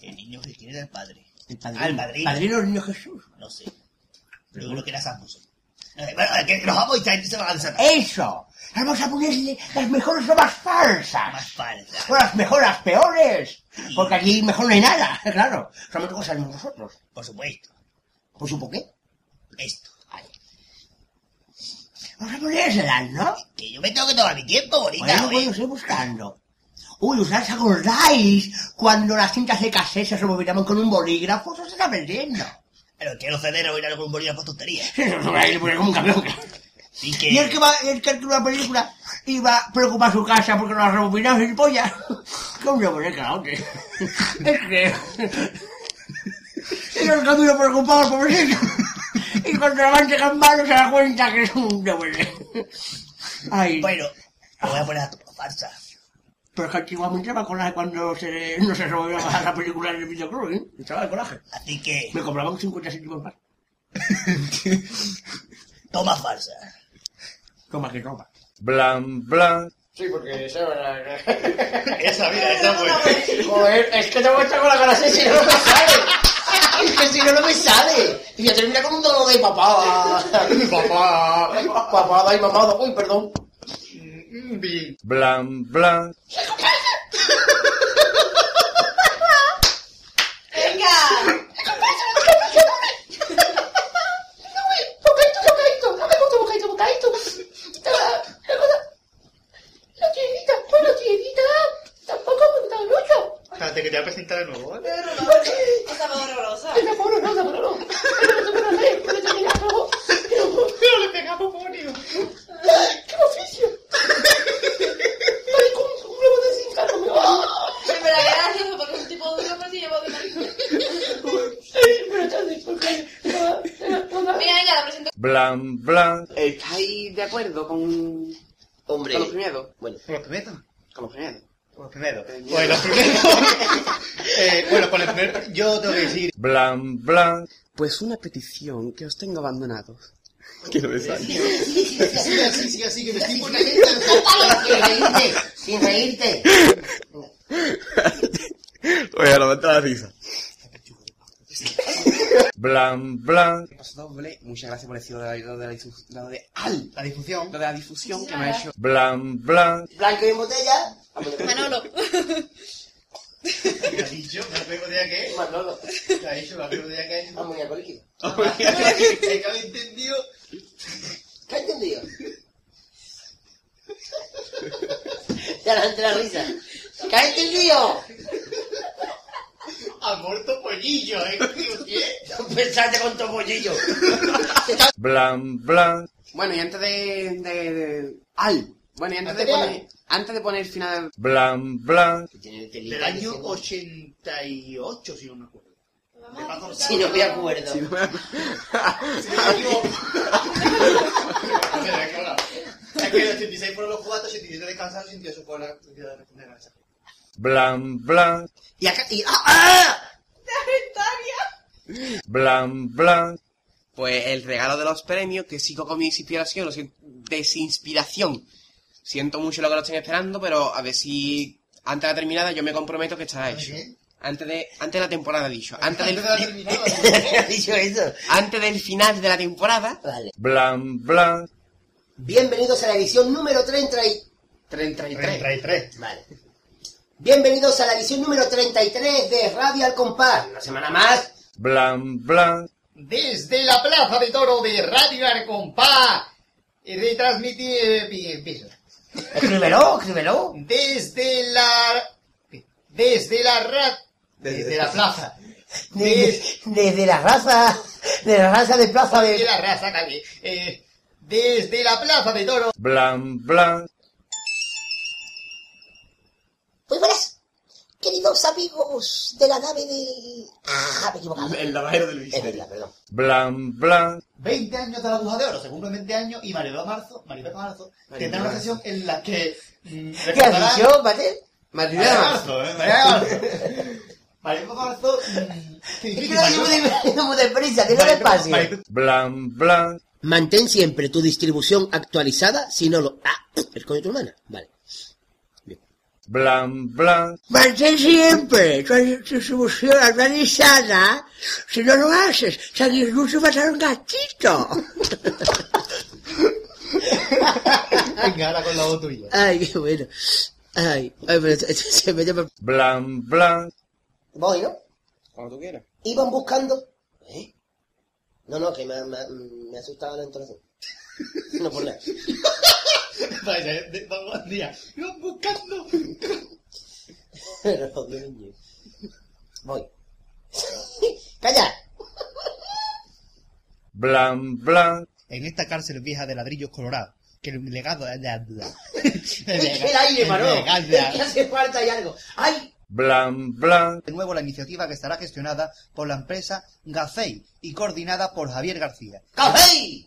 [SPEAKER 3] El niño Eh, que quiere era el padre.
[SPEAKER 4] El
[SPEAKER 3] Ah, el padrino.
[SPEAKER 4] padrino del niño Jesús.
[SPEAKER 3] No sé. Pero creo que era San José. Eh, Bueno, que nos vamos y se- se va a lanzar.
[SPEAKER 4] ¡Eso! Vamos a ponerle las mejores o más falsas.
[SPEAKER 3] Más falsas.
[SPEAKER 4] O las mejores, las peores. Porque allí mejor no hay nada, claro. Solamente cosas de nosotros. Pues
[SPEAKER 3] Por supuesto.
[SPEAKER 4] ¿Por supo qué?
[SPEAKER 3] Esto.
[SPEAKER 4] Vamos a ponérselas, ¿no?
[SPEAKER 3] Que yo me tengo que tomar mi tiempo, bonita. ¿eh?
[SPEAKER 4] Bueno,
[SPEAKER 3] hombre.
[SPEAKER 4] bueno, estoy buscando. Uy, ¿os acordáis cuando las cintas de cassette se movilizaban con un bolígrafo? Eso se está perdiendo.
[SPEAKER 3] Pero quiero ceder o ir a algún bolígrafo a tontería.
[SPEAKER 4] Ahí le ponen como un campeón.
[SPEAKER 3] Y
[SPEAKER 4] Y el que va, el que alquila una película iba a preocupar su casa porque no la rebobinaba sin polla. ¿Cómo se pone caote? Es que. Era el camino preocupado, pobrecito. Y cuando la van llegando malos se da cuenta que es un doble. Ay.
[SPEAKER 3] Bueno, lo voy a poner a tu farsa.
[SPEAKER 4] Pero es que antiguamente me acordaba cuando se, no se rebobinaba la película en el videoclub, ¿eh? Estaba de coraje.
[SPEAKER 3] Así que,
[SPEAKER 4] Me cobraban 50 céntimos más.
[SPEAKER 3] toma farsa.
[SPEAKER 4] Toma que toma.
[SPEAKER 5] Blan, blan.
[SPEAKER 4] Sí, porque esa era...
[SPEAKER 1] Esa vida está buena.
[SPEAKER 4] Joder, es que te voy a echar con la cara así si no, no me sale. Es que si no, no me sale. Y voy a terminar con un dolor de papá. Papá. Papá, da y mamado. Uy, perdón.
[SPEAKER 5] Blan, blan.
[SPEAKER 6] ¡Venga!
[SPEAKER 7] Bocadito, bocadito, no me gusta bocadito, bocadito. Quita la, la cosa. La tiendita, pues la tiendita tampoco me gusta mucho.
[SPEAKER 1] Espérate, que te voy a presentar de nuevo, ¿vale?
[SPEAKER 6] O sea, más dolorosa.
[SPEAKER 7] Es amorosa, amorosa. Pero no se puede hacer, porque se me da rojo. Pero le pegamos bonito. ¡Qué oficio! Maricón, un huevo de cinco años, me va.
[SPEAKER 6] Pero la gracia fue porque es un tipo de hombre se llevó de
[SPEAKER 7] Buenas tardes, porque...
[SPEAKER 6] Mira, venga, la presento.
[SPEAKER 5] Blan, blan.
[SPEAKER 17] ¿Estáis de acuerdo con,
[SPEAKER 4] Hombre.
[SPEAKER 17] con los primeros?
[SPEAKER 4] Bueno.
[SPEAKER 17] ¿Con los primeros? Con los primeros.
[SPEAKER 1] Con los primeros. Bueno, Pues primero. eh, bueno, con el primer. Yo tengo que decir.
[SPEAKER 5] Blan, blan.
[SPEAKER 17] Pues una petición que os tengo abandonados. Quiero decir.
[SPEAKER 1] Sigue así, sigue así, que me estoy por la gente.
[SPEAKER 4] Sin reírte. Sin reírte.
[SPEAKER 15] Oye, lo meto a la risa.
[SPEAKER 5] Blan, blan.
[SPEAKER 17] Paso doble. Muchas gracias por el cielo de la, lo de la, difu- lo de al, la difusión. Lo de la difusión que me ha hecho.
[SPEAKER 5] Blan, blan.
[SPEAKER 4] Blanco y en botella.
[SPEAKER 6] Manolo.
[SPEAKER 1] ¿Qué has dicho? ¿La pego de qué es? Manolo. ¿Qué has dicho? ¿La pego de qué es?
[SPEAKER 4] Amoníaco líquido.
[SPEAKER 1] ¿Qué habéis entendido?
[SPEAKER 4] ¿Qué has entendido? Ya la gente la risa. ¿Qué has entendido?
[SPEAKER 1] Ha muerto pollillo, ¿eh? Digo, ¿Qué?
[SPEAKER 4] Pensaste con tu bollillo.
[SPEAKER 5] Blan, blan.
[SPEAKER 17] Bueno, y antes de, de, de- al. Bueno, y antes de
[SPEAKER 1] Material.
[SPEAKER 17] poner, antes de poner final.
[SPEAKER 5] Blan, blan.
[SPEAKER 1] Del año 88, si no me acuerdo.
[SPEAKER 4] Si no me acuerdo.
[SPEAKER 1] Espera, que ahora- Es que el 86 fueron los cuatro, 87 descansaron, 88 fue la cantidad de la casa.
[SPEAKER 5] Blan, blan.
[SPEAKER 4] Y acá. Y, ¡Ah! ¡Ah!
[SPEAKER 5] Blan, blan.
[SPEAKER 17] Pues el regalo de los premios, que sigo con mi inspiración, o sin- desinspiración.
[SPEAKER 2] Siento mucho lo que lo estén esperando, pero a ver si antes de la terminada yo me comprometo que estará hecho. Antes de, antes de la temporada, dicho. Antes del, Antes del final de la temporada.
[SPEAKER 5] blan, blan.
[SPEAKER 4] Bienvenidos a la edición número 30 y...
[SPEAKER 2] 33.
[SPEAKER 4] 33. Vale. Bienvenidos a la edición número 33 de Radio Al Compás. Una semana más.
[SPEAKER 5] Blan, blan.
[SPEAKER 7] Desde la Plaza de Toro de Radio Arcompá, retransmitir... eh, pi- pi-
[SPEAKER 4] Escríbelo, escríbelo.
[SPEAKER 7] Desde la... Desde la ra... Desde la plaza.
[SPEAKER 4] Desde, desde la raza, de la raza de Plaza de...
[SPEAKER 7] Desde la raza, calle. Eh, desde la Plaza de Toro.
[SPEAKER 5] Blan, blan.
[SPEAKER 18] Muy buenas, queridos amigos de la nave del... Ah, me he equivocado.
[SPEAKER 2] El lavajero del
[SPEAKER 18] misterio. perdón.
[SPEAKER 5] Blan, blan.
[SPEAKER 7] 20 años de la aguja de oro, se cumplen 20 años y Maribel Marzo, Maribel Marzo tendrá una sesión en la que... mm,
[SPEAKER 4] ¿Qué
[SPEAKER 7] recordará-
[SPEAKER 4] has dicho, Mate?
[SPEAKER 7] Maribel Marzo, eh, Maribel Marzo. Maribel Marzo...
[SPEAKER 4] Es que no hay muy de- muy deprisa, que no hay espacio.
[SPEAKER 5] Blan, blan.
[SPEAKER 4] Mantén siempre tu distribución actualizada, si no lo... Ah, el coño de tu hermana. Vale.
[SPEAKER 5] Blan, blan.
[SPEAKER 19] Mantén siempre tu distribución organizada. Si no lo haces, San Ildefonso va a matar un gatito.
[SPEAKER 7] Venga, ahora con la voz tuya.
[SPEAKER 4] Ay, qué bueno. Ay, ay pero se- se se me llama...
[SPEAKER 5] Blan, blan.
[SPEAKER 4] Voy, ¿no?
[SPEAKER 2] Cuando tú quieras.
[SPEAKER 4] Iban buscando... ¿Eh? No, no, que me, me, me asustaba la entonación. No por nada.
[SPEAKER 7] Vaya, de- vamos al día. Iban buscando...
[SPEAKER 4] Voy. ¡Calla!
[SPEAKER 5] Blan, blan.
[SPEAKER 1] En esta cárcel vieja de ladrillos colorados, que el legado de la
[SPEAKER 4] Es que el aire paró. Es que hace falta y algo. ¡Ay!
[SPEAKER 5] Blan, blan.
[SPEAKER 1] De nuevo la iniciativa que estará gestionada por la empresa Gafei y coordinada por Javier García.
[SPEAKER 4] ¡Café!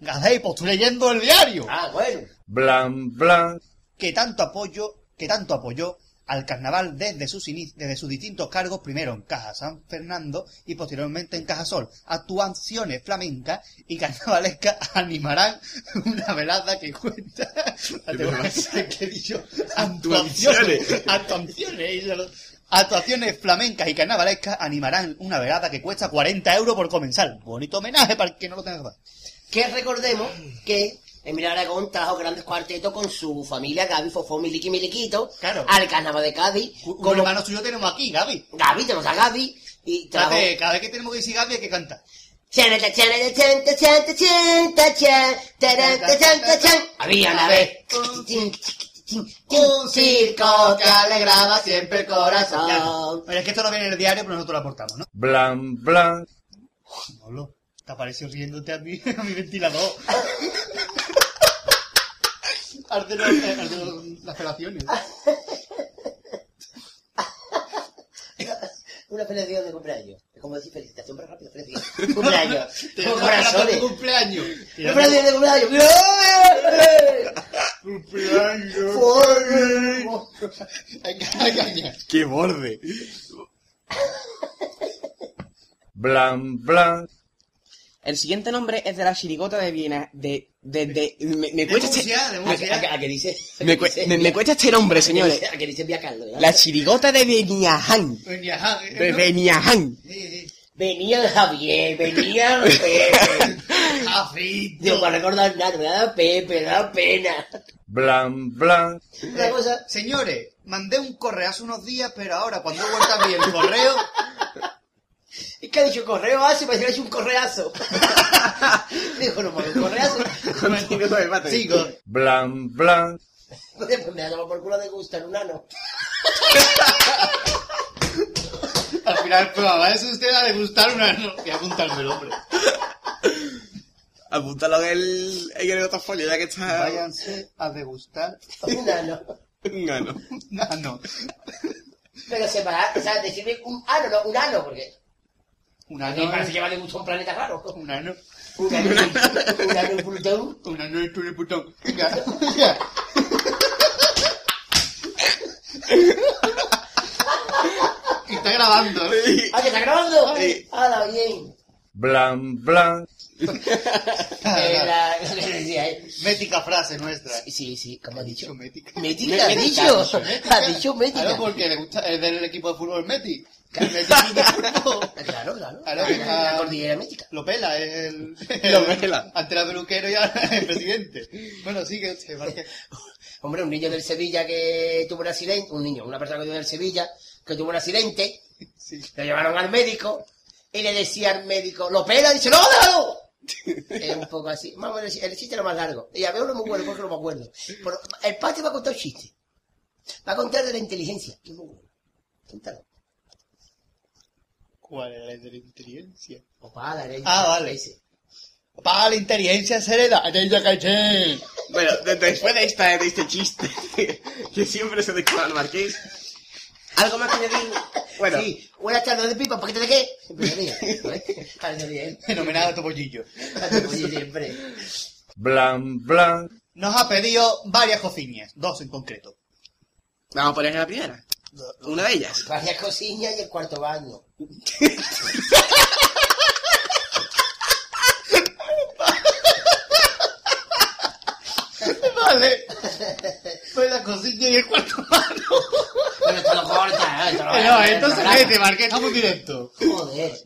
[SPEAKER 1] Gafei, pues tú leyendo el diario.
[SPEAKER 4] Ah, bueno.
[SPEAKER 5] Blan, blan.
[SPEAKER 1] Que tanto apoyo, que tanto apoyó al carnaval desde sus, ini- desde sus distintos cargos, primero en Caja San Fernando y posteriormente en Caja Sol. Actuaciones flamencas y carnavalescas animarán una velada que cuenta... ¿Qué he dicho? Actuaciones. Actuaciones. y se lo- Actuaciones flamencas y carnavalescas animarán una velada que cuesta 40 euros por comenzar. Bonito homenaje para el que no lo tenga.
[SPEAKER 4] Que recordemos que Emilio Aragón trajo grandes cuartetos con su familia, Gaby, Fofó, Miliqui, Miliquito, al carnaval de Cádiz.
[SPEAKER 1] Con los hermanos tuyos tenemos aquí, Gaby.
[SPEAKER 4] Gaby, tenemos a Gaby. Y trajo...
[SPEAKER 1] Espérate, cada vez que tenemos que decir Gaby hay que cantar.
[SPEAKER 4] Chana, ta, chana, ta, chan, ta, chan, ta, chan, ta, chan, taran, ta, chan, ta, chan. Había una vez
[SPEAKER 7] Un circo que alegraba siempre el
[SPEAKER 1] corazón. Pero es que esto no viene en el diario, pero nosotros lo aportamos, ¿no?
[SPEAKER 5] Blan, blan.
[SPEAKER 1] Pablo, te apareció riéndote a mí, a mi ventilador. Arden los- eh, arden los- las relaciones.
[SPEAKER 4] una felicidad de cumpleaños. Es como decir felicitación, pero rápido, felicidad. cumpleaños. Con corazones.
[SPEAKER 7] cumpleaños.
[SPEAKER 4] Un felicidad de cumpleaños. ¡Bien!
[SPEAKER 7] ¡Cumpleaños!
[SPEAKER 5] ¡Qué borde! Blan, blan.
[SPEAKER 2] El siguiente nombre es de la chirigota de Viena. De, de, de, me, me cuesta este-
[SPEAKER 4] ¿A, qué- a, qué- a qué dice? ¿A
[SPEAKER 2] me,
[SPEAKER 4] qué
[SPEAKER 2] cue-
[SPEAKER 4] dice?
[SPEAKER 2] me- me cuesta este nombre,
[SPEAKER 4] ¿A qué dice-
[SPEAKER 2] señores.
[SPEAKER 4] ¿A qué dice Vía Carlos? ¿verdad?
[SPEAKER 2] La chirigota de Beniaján. De Beniaján.
[SPEAKER 4] Venían Javier, venían Pepe.
[SPEAKER 1] Ah,
[SPEAKER 4] Digo, para recordar nada, me da Pepe, me da pena.
[SPEAKER 5] Blan, blan.
[SPEAKER 1] Una cosa, Eh, señores, mandé un correo hace unos días, pero ahora cuando he vuelto a abrir el correo...
[SPEAKER 4] Es que ha dicho correo hace, parece que ha dicho un correazo. Dijo, no, un correazo. Sigo.
[SPEAKER 5] Blan, blan.
[SPEAKER 4] Pues me ha dado por culo de gusto en un ano.
[SPEAKER 7] Al final, pues, mamá, es usted a degustar una... No, voy a apuntarme el hombre.
[SPEAKER 2] Apúntalo en el, en el otro folio, ya que está.
[SPEAKER 1] Váyanse a degustar
[SPEAKER 4] Ah. un ano.
[SPEAKER 2] Un ano.
[SPEAKER 1] Un ano.
[SPEAKER 4] Pero separar, o sea, decirme un ano, no, un ano, porque...
[SPEAKER 1] Un
[SPEAKER 4] ano. Me parece que vale gusto a un planeta raro.
[SPEAKER 1] Un ano.
[SPEAKER 4] Un ano. Un ano en Plutón.
[SPEAKER 1] Un ano en Plutón. Venga, venga.
[SPEAKER 7] Está grabando.
[SPEAKER 4] Ah, que está grabando. Hala, bien.
[SPEAKER 5] Blan, blan.
[SPEAKER 4] Eh, la- Lo que decía, eh.
[SPEAKER 1] Mética frase nuestra.
[SPEAKER 4] Sí, sí, sí, como ha dicho.
[SPEAKER 1] Mética.
[SPEAKER 4] Mética, ha dicho. Ha dicho mética.
[SPEAKER 1] Claro, porque le gusta, es del equipo de fútbol Meti. Que el Meti es un equipo.
[SPEAKER 4] Claro, claro.
[SPEAKER 1] Claro, que
[SPEAKER 4] La
[SPEAKER 1] está-
[SPEAKER 4] cordillera médica.
[SPEAKER 1] Lo pela, es el.
[SPEAKER 4] Lo pela.
[SPEAKER 1] Ante la peluquero y ahora el presidente. Bueno, sí que usted, Marqués.
[SPEAKER 4] Hombre, un niño del Sevilla que tuvo un accidente, un niño, una persona que tuvo del Sevilla, que tuvo un accidente, lo llevaron al médico y le decía al médico, lo pela, y dice, no, déjalo. es un poco así. Vamos, el, el chiste era más largo. Y a ver, no me acuerdo porque no me acuerdo. Pero el padre va a contar un chiste. Va a contar de la inteligencia. que es muy bueno. Cuéntalo.
[SPEAKER 1] ¿Cuál era el de la inteligencia?
[SPEAKER 4] Papá, la herencia.
[SPEAKER 1] Ah, vale. Papá, la inteligencia se hereda. Herencia caché.
[SPEAKER 2] Bueno, de- después de, esta, de este chiste que siempre se declara al marqués, algo más que añadir. Bueno,
[SPEAKER 4] Sí, buenas tardes de pipa, ¿para qué te de qué? Siempre me río, ¿vale? Al de bien.
[SPEAKER 1] Fenomenal topollillo.
[SPEAKER 4] Oye, siempre.
[SPEAKER 5] Blan, blan.
[SPEAKER 1] Nos ha pedido varias cocinas, dos en concreto.
[SPEAKER 2] vamos a poner la primera. Una de ellas.
[SPEAKER 4] Varias cosillas y el cuarto baño.
[SPEAKER 1] Vale. Fue la cosilla y el cuarto Eh, mano.
[SPEAKER 4] Pero te lo corta,
[SPEAKER 1] te lo-
[SPEAKER 20] No, entonces
[SPEAKER 1] Programa.
[SPEAKER 20] vete,
[SPEAKER 1] Marqués, está muy directo.
[SPEAKER 4] Joder.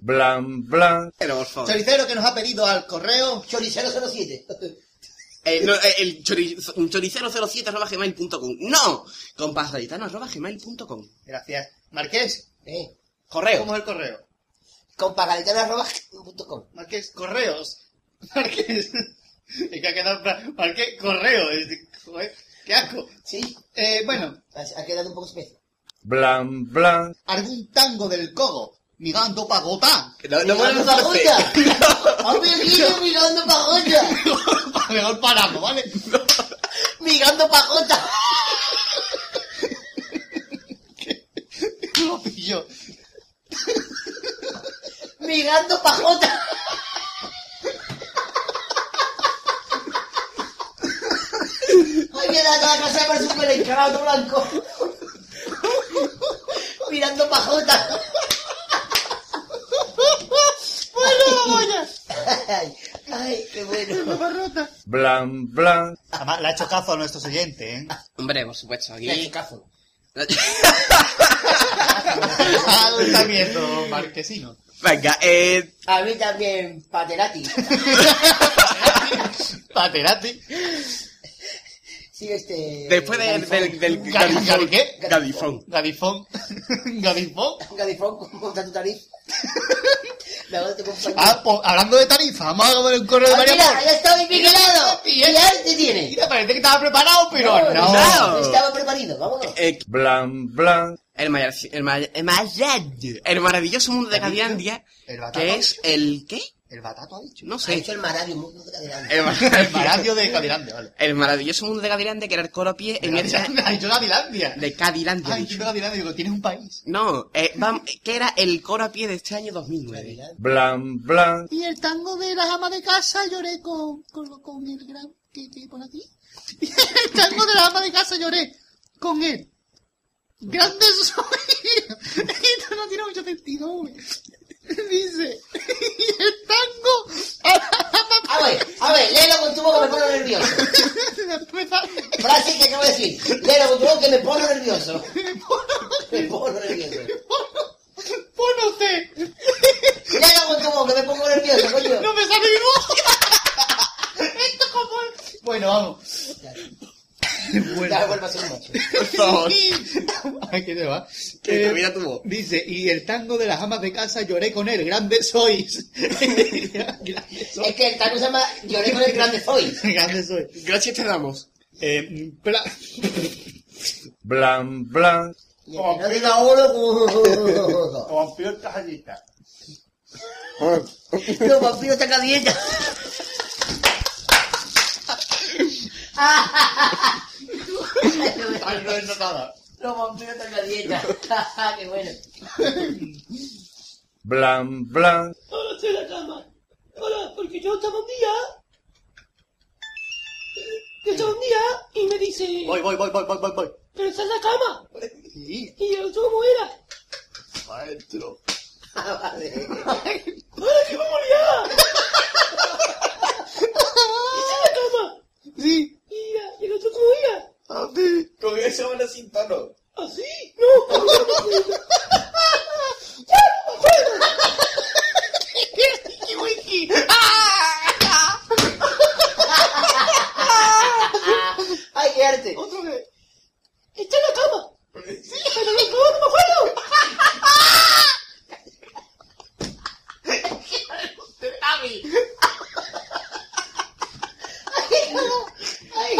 [SPEAKER 5] Blan, blan.
[SPEAKER 2] Pero por favor.
[SPEAKER 1] Choricero que nos ha pedido al correo.
[SPEAKER 4] Choricero 07.
[SPEAKER 2] Eh, no, eh, el chori- choricero07 arroba gmail.com. No, con pasaditano arroba gmail.com.
[SPEAKER 1] Gracias. Marqués.
[SPEAKER 4] Eh,
[SPEAKER 2] Correo.
[SPEAKER 1] ¿Cómo es el correo?
[SPEAKER 4] Con pagaritana.com.
[SPEAKER 1] Marqués, correos. Marqués. Es que ha quedado. en plan, Marqués, correo. Es de- joder, Qué asco.
[SPEAKER 4] Sí.
[SPEAKER 1] Eh, bueno,
[SPEAKER 4] Ha quedado un poco espeso.
[SPEAKER 5] Blan, blan.
[SPEAKER 1] algún tango del codo. Mirando pagotá.
[SPEAKER 2] No, no
[SPEAKER 1] Mirando
[SPEAKER 2] podemos hacer-
[SPEAKER 4] ¡Hombre, guillo mirando pagota!
[SPEAKER 1] Mejor paramos, ¿vale?
[SPEAKER 4] ¡Mirando pagota!
[SPEAKER 1] Lo pillo.
[SPEAKER 4] ¡Mirando pajota! Hoy viene a toda la casa con su pelicanado blanco. Mirando pajota.
[SPEAKER 1] ¡Bueno, vaya!
[SPEAKER 4] Ay, ay, qué bueno.
[SPEAKER 5] Blan, blan.
[SPEAKER 1] Además, le ha hecho cazo a nuestros oyentes, ¿eh?
[SPEAKER 2] Hombre, por supuesto, aquí.
[SPEAKER 4] cazo. Ah,
[SPEAKER 1] Está viendo Marquesino.
[SPEAKER 2] Venga, eh,
[SPEAKER 4] A mí también, Paterati.
[SPEAKER 1] Paterati.
[SPEAKER 4] Sí,
[SPEAKER 1] Eh,
[SPEAKER 4] este...
[SPEAKER 2] después de- del, del
[SPEAKER 1] Gal- gal- ¿qué?
[SPEAKER 2] Gadifón.
[SPEAKER 1] Eh, Gadifón. Gadifón.
[SPEAKER 4] Gadifón, contra tu tarif. La voz de tu compañero.
[SPEAKER 1] Ah, po- hablando de tarifa, vamos a poner un correo de
[SPEAKER 4] Ah,
[SPEAKER 1] María
[SPEAKER 4] mira,
[SPEAKER 1] Mor.
[SPEAKER 4] ya está mi piquelado.
[SPEAKER 1] Y
[SPEAKER 4] Y
[SPEAKER 1] ya-
[SPEAKER 4] ya te tiene.
[SPEAKER 1] Mira, parece que estaba preparado, pero no.
[SPEAKER 2] no.
[SPEAKER 4] Estaba preparado, vámonos.
[SPEAKER 5] Blan, blan.
[SPEAKER 2] Eh, El, mayor, el, mayor, el, mayor- el maravilloso mundo de Gaviandia,
[SPEAKER 1] El batato.
[SPEAKER 2] que es el qué?
[SPEAKER 1] El batato ha dicho.
[SPEAKER 2] No
[SPEAKER 4] Ha
[SPEAKER 2] sé.
[SPEAKER 4] hecho el maradio, muy muy grande.
[SPEAKER 2] El,
[SPEAKER 1] El
[SPEAKER 2] mar-
[SPEAKER 1] Maradio de Gavilandia, vale.
[SPEAKER 2] el maravilloso mundo de Gavilandia, que era el coro a pie en esta...
[SPEAKER 1] Ha dicho Gavilandia.
[SPEAKER 2] De Gavilandia.
[SPEAKER 1] Ah,
[SPEAKER 2] he
[SPEAKER 1] dicho
[SPEAKER 2] dicho.
[SPEAKER 1] Gavilandia, digo, tienes un país.
[SPEAKER 2] No, eh, vam- que era el coro a pie de este año 2009.
[SPEAKER 5] Blan, blan.
[SPEAKER 7] Y el tango de las amas de casa lloré con, con, con el gran que, que por aquí. Y el tango de las amas de casa lloré con él. Grande soy. Esto no tiene mucho sentido, güey. Dice. Y el tango a las amas
[SPEAKER 4] A ver, a ver, léelo con tu boca, me pongo nervioso.
[SPEAKER 7] Después sale-
[SPEAKER 4] Frase que acabo de decir. Léelo con tu boca, que me pongo nervioso. Me pongo nervioso.
[SPEAKER 7] Bueno, usted.
[SPEAKER 4] Léelo con tu boca, me pongo nervioso, coño.
[SPEAKER 7] No me sale mi voz. Esto es como...
[SPEAKER 1] Bueno, vamos.
[SPEAKER 4] Ya, vuelvo a ser un macho.
[SPEAKER 2] Por favor,
[SPEAKER 1] Ay, ¿qué te va?
[SPEAKER 2] que
[SPEAKER 1] Eh,
[SPEAKER 2] tuviera tu voz.
[SPEAKER 1] Dice, y el tango de las amas de casa lloré con él, grande sois. grande sois.
[SPEAKER 4] Es que el tango se llama Lloré con el grande soy.
[SPEAKER 1] grande sois.
[SPEAKER 2] Gracias te damos.
[SPEAKER 1] Eh, pla-
[SPEAKER 5] Blan, blan.
[SPEAKER 4] Y el que no diga hola, como...
[SPEAKER 1] Confío en Tajallita.
[SPEAKER 4] No, papi, está caliente.
[SPEAKER 1] Ay, no es nada.
[SPEAKER 4] Los vampiros están calientes. Qué bueno.
[SPEAKER 5] Blan, blan.
[SPEAKER 7] Ahora estoy en la cama. Ahora, porque yo estaba un día. Yo estaba un día y me dice.
[SPEAKER 1] Voy, voy, voy, voy, voy, voy, voy.
[SPEAKER 7] Pero está en la cama.
[SPEAKER 1] Sí,
[SPEAKER 7] Y yo, ¿cómo era?
[SPEAKER 1] maestro.
[SPEAKER 7] ¡Ahora que vamos a liar! ¡Está en la cama!
[SPEAKER 21] sin tono.
[SPEAKER 7] ¿Así? ¿Ah, ¡No! ¡Ya no me acuerdo! ¡Wiki, wiki!
[SPEAKER 3] ¡Ay, qué arte!
[SPEAKER 7] ¡Otra vez! ¡Está en la cama! ¡Sí, pero no, no, no me acuerdo!
[SPEAKER 3] ¡Ay!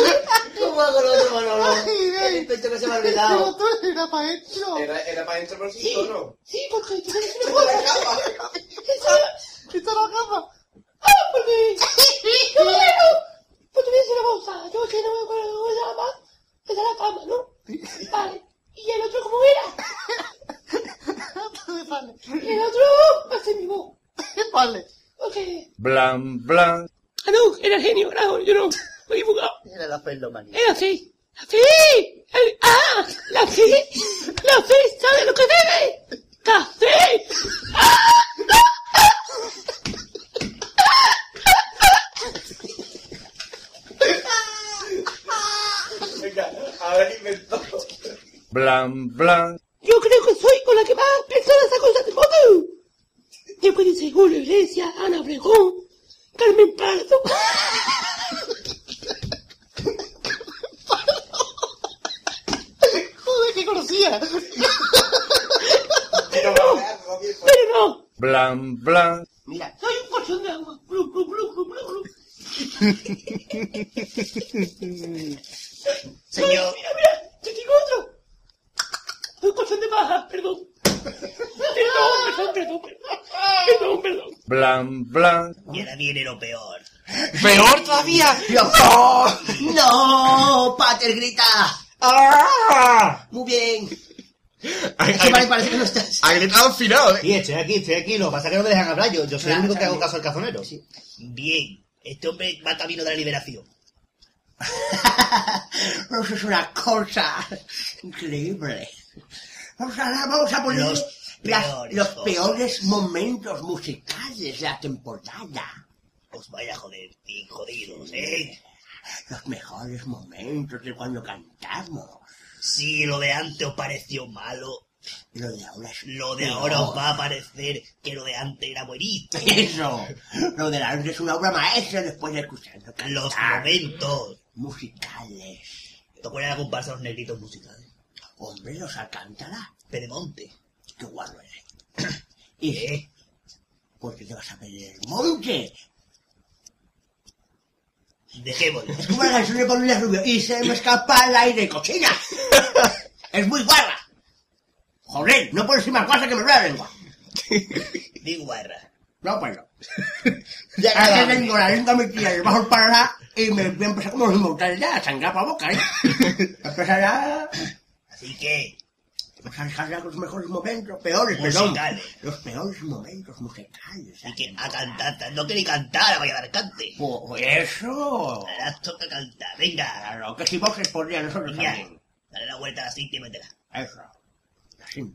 [SPEAKER 3] ¿Cómo hago lo otro monólogo? Esto que se me ha
[SPEAKER 7] Este
[SPEAKER 3] olvidado.
[SPEAKER 7] botón era para adentro.
[SPEAKER 17] Era, era para dentro, pero sin
[SPEAKER 7] Sí,
[SPEAKER 17] tono.
[SPEAKER 7] sí, porque tú eres una cosa. Está- Está la cama. ¡Ah, porque! ¡No me acuerdo! Pues te voy a decir una cosa. Yo es que no me acuerdo cómo se llama. Está la cama, ¿no? Vale. ¿Y el otro cómo era? Y el otro, hace mi voz. Vale. Ok.
[SPEAKER 5] Blan, blan.
[SPEAKER 7] Ah, no, era genio, era yo no. Me he equivocado.
[SPEAKER 3] Era la pelomanía.
[SPEAKER 7] Era así. ¡Así! El- ¡Ah! ¡La sí! ¡La sí! ¿Sabe lo que debe? ¡Café!
[SPEAKER 21] Venga, haber inventado.
[SPEAKER 5] Blan, blan.
[SPEAKER 7] Yo creo que soy con la que más personas ha cosas de moto. Después de Seguro Iglesia, Ana Obregón, Carmen Pardo. Joder, que conocía. Pero no, pero no.
[SPEAKER 5] Blan, blan.
[SPEAKER 7] Mira, soy un colchón de agua. Blu, blu, blu, blu, blu, blu.
[SPEAKER 3] Señor.
[SPEAKER 7] Mira, mira, yo tengo otro. Soy un colchón de paja, perdón. Perdón, perdón, perdón. Perdón, perdón.
[SPEAKER 5] Blan, blan.
[SPEAKER 3] Y ahora viene lo peor.
[SPEAKER 2] ¡Peor todavía!
[SPEAKER 3] ¡No! ¡No! ¡Pater grita! ¡Ah! Muy bien. Es que vale, parece que no estás.
[SPEAKER 2] Ha gritado final.
[SPEAKER 3] Y estoy aquí, estoy aquí. Lo que pasa es que no me dejan hablar. Yo, yo soy
[SPEAKER 22] Claro,
[SPEAKER 3] el único que
[SPEAKER 22] claro.
[SPEAKER 3] hago caso al cazonero. Bien. Este hombre va camino de la liberación. Eso es una cosa increíble.
[SPEAKER 9] Vamos a, vamos a poner
[SPEAKER 3] Los
[SPEAKER 9] las-
[SPEAKER 3] peores
[SPEAKER 9] los
[SPEAKER 3] cosas.
[SPEAKER 9] peores momentos musicales de la temporada.
[SPEAKER 3] Os vaya a joder, y jodidos, ¿eh?
[SPEAKER 9] Los mejores momentos de cuando cantamos.
[SPEAKER 3] Si lo de antes os pareció malo,
[SPEAKER 9] Lo de ahora es
[SPEAKER 3] lo de ahora os va a parecer que lo de antes era buenito.
[SPEAKER 9] Eso. Lo de la noche es una obra maestra después de escucharlo cantar.
[SPEAKER 3] Los momentos
[SPEAKER 9] musicales.
[SPEAKER 3] ¿Te acuerdas de la comparsa Los Negritos Musicales?
[SPEAKER 9] Hombre, los Alcántara.
[SPEAKER 3] Pedemonte. ¿Eh?
[SPEAKER 9] Qué guarro eres. ¿Y ¿Por qué te vas a perder el monte?
[SPEAKER 3] Dejémoslo.
[SPEAKER 9] Es como la canción de Paulina Rubio. Y se me escapa el aire, cochina. es muy guarra. Joder, no puedo decir más guarra que me duele la lengua.
[SPEAKER 3] Digo barra.
[SPEAKER 9] No, pues no.
[SPEAKER 3] acabamos.
[SPEAKER 9] Ya que tengo la lengua metida debajo para allá y me voy a empezar como los inmortales ya, a sangrar para boca, ¿eh? Empezar ya...
[SPEAKER 3] Así que...
[SPEAKER 9] Vamos a dejar ya los mejores momentos, peores, perdón.
[SPEAKER 3] Musicales.
[SPEAKER 9] Los peores momentos musicales.
[SPEAKER 3] Y que a cantar, tan- no queréis cantar, vaya a dar cante.
[SPEAKER 9] Por eso.
[SPEAKER 3] Ahora os toca cantar, venga.
[SPEAKER 9] Claro, que si vos respondías nosotros
[SPEAKER 3] Ya.
[SPEAKER 9] también.
[SPEAKER 3] Dale la vuelta a la cinta y métela.
[SPEAKER 9] Eso.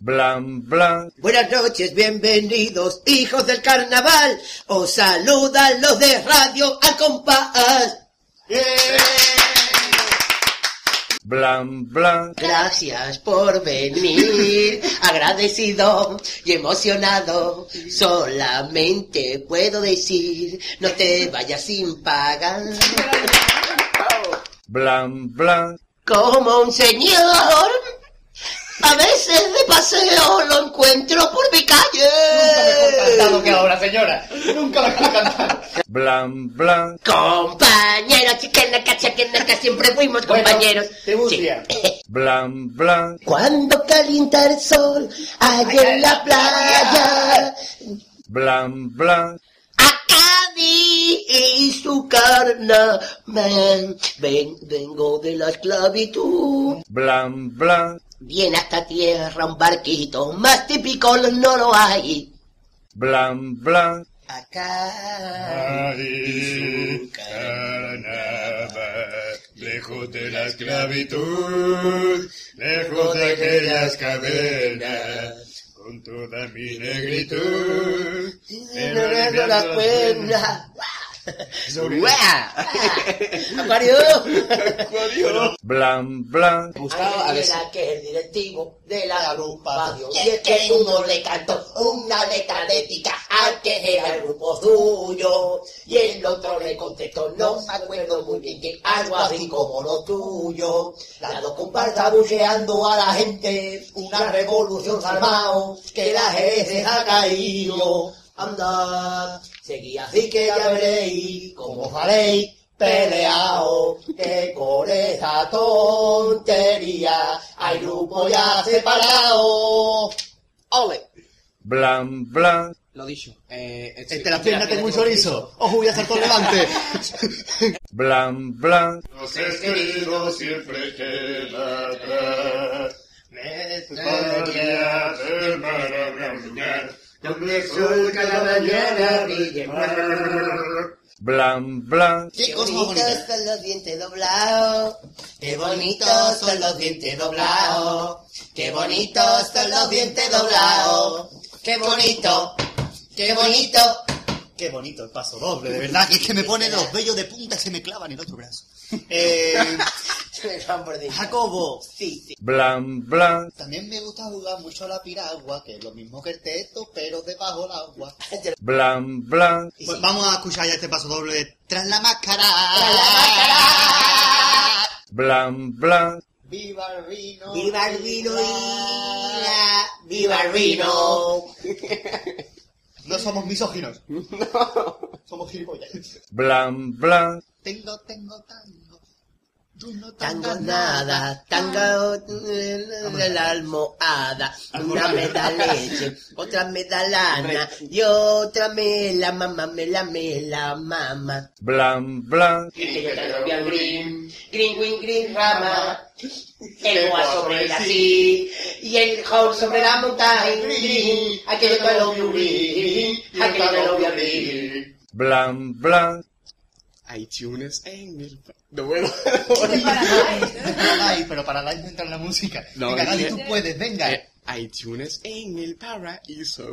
[SPEAKER 5] Blan, blan.
[SPEAKER 4] Buenas noches, bienvenidos, hijos del carnaval. Os saludan los de Radio Al Compás.
[SPEAKER 5] Blan, blan.
[SPEAKER 4] Gracias por venir, agradecido y emocionado. Solamente puedo decir, no te vayas sin pagar.
[SPEAKER 5] Blan, blan.
[SPEAKER 4] Como un señor, a veces de paseo lo encuentro por mi calle.
[SPEAKER 22] Cantado que ahora, señora. Nunca me he cantado.
[SPEAKER 5] Blan, blan.
[SPEAKER 4] Compañeros, chiquena, cachaquenaca, siempre fuimos compañeros.
[SPEAKER 5] Blan, blan.
[SPEAKER 4] Cuando calienta el sol, allá en la playa,
[SPEAKER 5] Blan, blan.
[SPEAKER 4] Cádiz y su carnaval, ven, vengo de la esclavitud.
[SPEAKER 5] Blan, blan.
[SPEAKER 4] Viene hasta tierra un barquito, más típico no lo hay.
[SPEAKER 5] Blan, blan.
[SPEAKER 23] Lejos de la esclavitud, lejos de aquellas cavernas, con toda mi negritud.
[SPEAKER 4] No le doy la cuerda. Acuario.
[SPEAKER 1] Ah,
[SPEAKER 5] Blan, blan.
[SPEAKER 4] Ahora verá que el directivo de la agrupación y es que uno le cantó una letra eléctrica al que era el grupo suyo y el otro le contestó no me acuerdo muy bien que algo así como lo tuyo las dos comparsas bucheando a la gente una revolución armado que la se ha caído anda seguí así que ya veréis como faréis peleado que con esa tontería hay grupo ya separado. ¡Ole!
[SPEAKER 5] Blan, blan.
[SPEAKER 24] Lo dicho. Eh, este-
[SPEAKER 1] Entre las piernas tengo un chorizo. Ojo, voy a saltar delante.
[SPEAKER 5] Blan, blan.
[SPEAKER 7] Los querido siempre queda atrás. Necesaria de maravillar. Con el sol cada mañana brilla más.
[SPEAKER 5] Blan, blan.
[SPEAKER 4] Qué bonitos son los dientes doblados. Qué bonitos son los dientes doblados. Qué bonitos son los dientes doblados. Qué bonito. Qué bonito.
[SPEAKER 1] Qué bonito el paso doble, de verdad. Que es que me pone los vellos de punta y se me clavan en el otro brazo. Eh, Jacobo. Sí, sí.
[SPEAKER 5] Blan, blan.
[SPEAKER 1] También me gusta jugar mucho a la piragua, que es lo mismo que el teto, pero debajo del agua.
[SPEAKER 5] Blan, blan.
[SPEAKER 1] Pues vamos a escuchar ya este paso doble de Tras la máscara.
[SPEAKER 5] Blan, blan.
[SPEAKER 1] Viva el vino.
[SPEAKER 4] Viva el vino y la... Viva el vino.
[SPEAKER 1] No somos misóginos. Somos gilipollas.
[SPEAKER 5] Blan, blan.
[SPEAKER 1] Tengo, tengo tango. Tú no
[SPEAKER 4] Tango
[SPEAKER 1] tangas
[SPEAKER 4] nada, tango de la almohada, una me da leche, otra me da lana y otra me la mama, me la me la mama.
[SPEAKER 5] Blan, blan.
[SPEAKER 4] Green, green, green, green rama, el gua sobre la sí y el hall sobre la montaña, green, aquel que lo vio green, aquel que lo vio green.
[SPEAKER 5] Blan, blan.
[SPEAKER 24] iTunes en el... No, bueno.
[SPEAKER 1] Ay, pero para live no entra en la música.
[SPEAKER 24] No,
[SPEAKER 1] venga,
[SPEAKER 24] es
[SPEAKER 1] Gali,
[SPEAKER 24] que-
[SPEAKER 1] tú puedes, venga.
[SPEAKER 24] Eh, iTunes en el paraíso.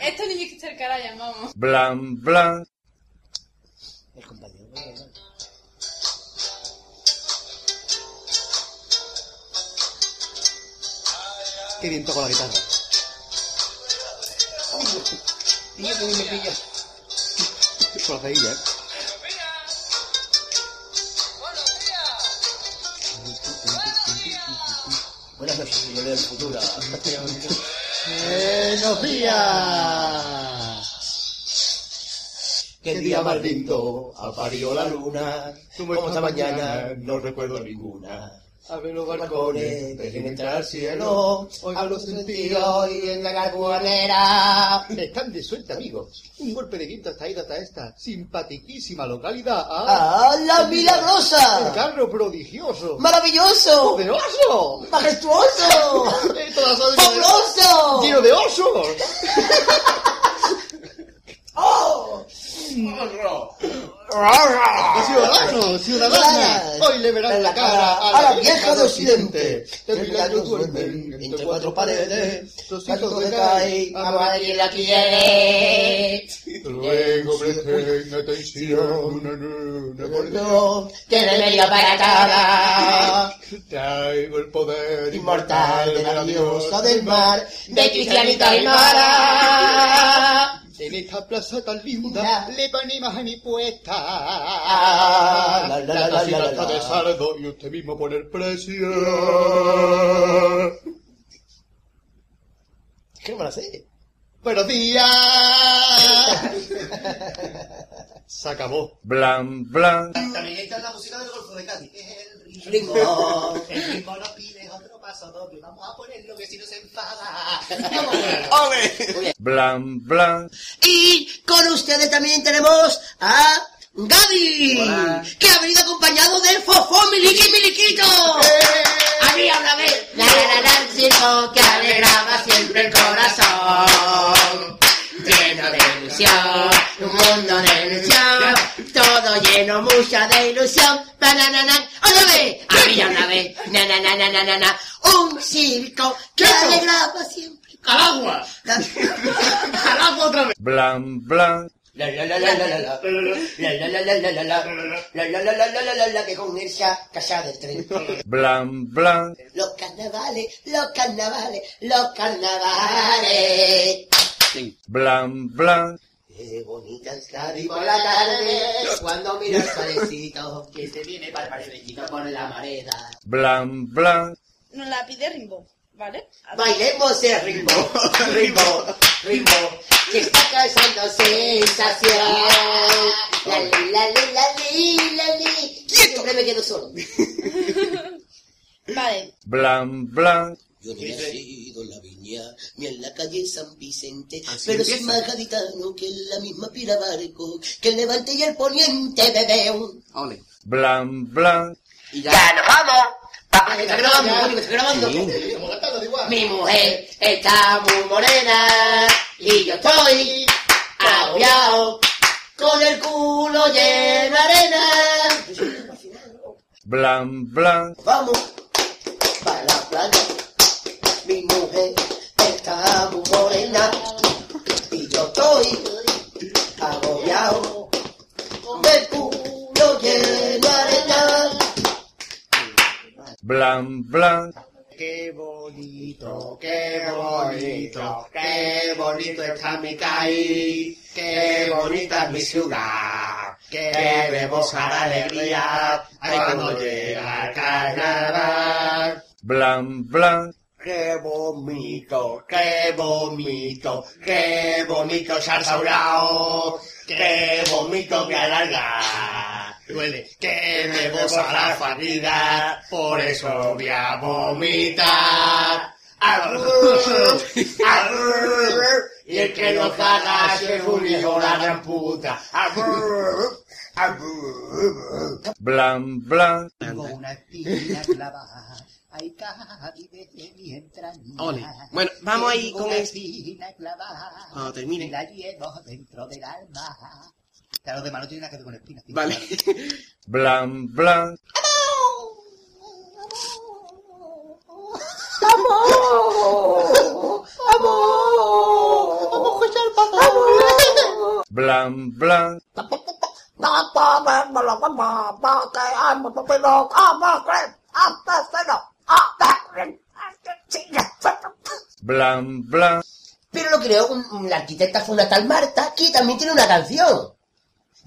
[SPEAKER 25] Estos niños que está el cara llamamos.
[SPEAKER 5] Blan, blan.
[SPEAKER 1] Qué bien toco la guitarra.
[SPEAKER 4] Tío, que me pilla.
[SPEAKER 1] Con la ceguilla, ¿eh?
[SPEAKER 4] Buenas noches, señores del futuro.
[SPEAKER 1] Buenos días.
[SPEAKER 4] Qué día más lindo apareció la luna. Como esta mañana no recuerdo ninguna. Abre los balcones, dejen entrar al cielo. Oigan los sentidos y en la gargolera.
[SPEAKER 1] Están de suerte, amigos. Un golpe de viento ha traído hasta esta simpaticísima localidad.
[SPEAKER 4] ¡Ah, la milagrosa!
[SPEAKER 1] ¡El carro prodigioso!
[SPEAKER 4] ¡Maravilloso!
[SPEAKER 1] ¡Poderoso!
[SPEAKER 4] ¡Majestuoso!
[SPEAKER 1] Eh, todas son-
[SPEAKER 4] ¡Fabuloso!
[SPEAKER 1] ¡Lleno de osos!
[SPEAKER 4] ¡Oh!
[SPEAKER 1] Ciudadanos, ciudadanas, hoy le verán la cara a la vieja de Occidente. Los milagros duermen entre cuatro paredes, los hijos de Caín, a nadie la quiere.
[SPEAKER 7] Luego presten atención una
[SPEAKER 1] No,
[SPEAKER 4] que le venía para cara.
[SPEAKER 7] Traigo el poder
[SPEAKER 4] inmortal de la diosa
[SPEAKER 1] del mar,
[SPEAKER 4] de Cristianita y Mara.
[SPEAKER 1] En esta plaza tan linda le ponemos a mi
[SPEAKER 7] Ah,
[SPEAKER 1] puesta.
[SPEAKER 7] la, la, la, la, la, la. de sardo y usted mismo pone el precio.
[SPEAKER 1] ¿Qué no me la sé? ¡Buenos días! Se acabó.
[SPEAKER 5] Blan, blan.
[SPEAKER 26] También está la música del Golfo de Cádiz. que Es el ritmo.
[SPEAKER 1] Ritmo.
[SPEAKER 26] El ritmo nos pide otro paso doble. Vamos a ponerlo que si no se enfada.
[SPEAKER 5] Blan, blan.
[SPEAKER 4] Y con ustedes también tenemos a Gaby, que ha venido acompañado del fofón Miliqui Miliquito. Eh. Había una vez, la la la, el circo que alegraba siempre el corazón. Lleno de ilusión, un mundo de ilusión, todo lleno mucha de ilusión. Na, na, na, na. Otra vez, había una vez, na, na, na, na, na, na, na, un circo que alegraba siempre. ¡Al agua!
[SPEAKER 5] Blan, blan.
[SPEAKER 4] La la la la la la la. La la la la la la la. La la la la la la la la, que con esa casada del tren.
[SPEAKER 5] blan, blan.
[SPEAKER 4] Los carnavales, los carnavales, los carnavales.
[SPEAKER 5] Blan, blan.
[SPEAKER 4] Qué bonita está de por la tarde cuando miro el solecito que se viene para el parecito por la mareda.
[SPEAKER 5] Blan, blan.
[SPEAKER 6] Nos la pide Rimbo, ¿vale?
[SPEAKER 4] Bailemos el ritmo, ritmo, ritmo, que está causando sensación. La li, la li, la li, la li. Siempre me quedo solo.
[SPEAKER 6] Vale.
[SPEAKER 5] Blan, blan.
[SPEAKER 4] Yo no he nacido en la viña, ni en la calle San Vicente,
[SPEAKER 2] Así
[SPEAKER 4] pero soy
[SPEAKER 2] empieza.
[SPEAKER 4] más gaditano que en la misma pirabarco, que el levante y el poniente bebeu.
[SPEAKER 2] Ole.
[SPEAKER 5] Blan, blan.
[SPEAKER 4] Y ya. nos vamos. Papá, que está grabando, coño, que está grabando. Mi mujer está muy morena y yo estoy agobiado con el culo lleno de arena.
[SPEAKER 5] Blan, blan.
[SPEAKER 4] Vamos para la playa. Mi mujer está muy morena y yo estoy agobiado con el culo lleno de arena.
[SPEAKER 5] Blan, blan.
[SPEAKER 4] Qué bonito, qué bonito, qué bonito está mi caí, qué bonita es mi ciudad, qué rebosa la alegría, ay cuando llega el carnaval.
[SPEAKER 5] Blan, blan.
[SPEAKER 4] Qué bonito, qué bonito, qué bonito se ha restaurado, qué bonito me alarga. Duele, que rebosa la familia, por eso voy a vomitar. Arrrr, arrrr, y el que lo caga se Julio la gran puta. Arrrr, arrrr.
[SPEAKER 5] Blan, blan.
[SPEAKER 7] Ay, cae desde mi entraña.
[SPEAKER 2] Ole. Bueno, vamos ahí
[SPEAKER 7] Tengo
[SPEAKER 2] con
[SPEAKER 7] una
[SPEAKER 2] el-
[SPEAKER 7] espina clavada
[SPEAKER 2] Cuando termine.
[SPEAKER 7] y La llevo dentro del alma.
[SPEAKER 22] Claro, de mano tiene una que ver con espinas. tío.
[SPEAKER 2] Vale.
[SPEAKER 5] Blan, blan.
[SPEAKER 7] ¡Amor! ¡Amor! ¡Vamos a escuchar papá! ¡Amor!
[SPEAKER 5] Blan, blan.
[SPEAKER 7] ¡Papá, mamá, la mamá! ¡Papá, que amo, papá, no! ¡Amo, que! ¡Hasta cero! ¡Hasta cero!
[SPEAKER 5] Blan, blan.
[SPEAKER 4] Pero lo creó un- un- la arquitecta fue una tal Marta que también tiene una canción.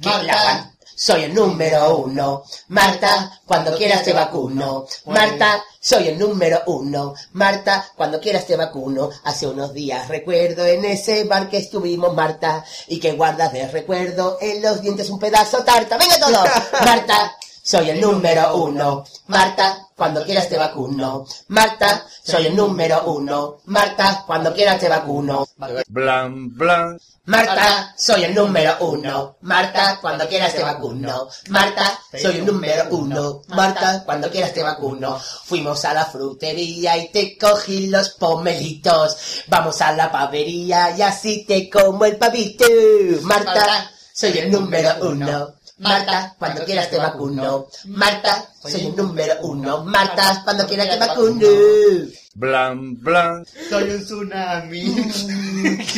[SPEAKER 4] Que
[SPEAKER 22] Marta.
[SPEAKER 4] la guan- soy el número uno. Marta, cuando quieras te vacuno. Marta, soy el número uno. Marta, cuando quieras te vacuno. Hace unos días recuerdo en ese bar que estuvimos, Marta, y que guardas de recuerdo en los dientes un pedazo de tarta. ¡Venga todos! Marta, soy el número uno. Marta, cuando quieras te vacuno. Marta, soy el número uno. Marta, cuando quieras te vacuno.
[SPEAKER 5] Blan, blan.
[SPEAKER 4] Marta, soy el número uno. Marta, cuando quieras te vacuno. Marta, soy el número uno. Marta, cuando quieras te vacuno. Fuimos a la frutería y te cogí los pomelitos. Vamos a la pavería y así te como el pavito. Marta, soy el número uno. Marta, cuando quieras te vacuno. Marta, soy el número uno. Marta, cuando quieras te vacuno.
[SPEAKER 5] Blan, blan.
[SPEAKER 22] Soy un tsunami.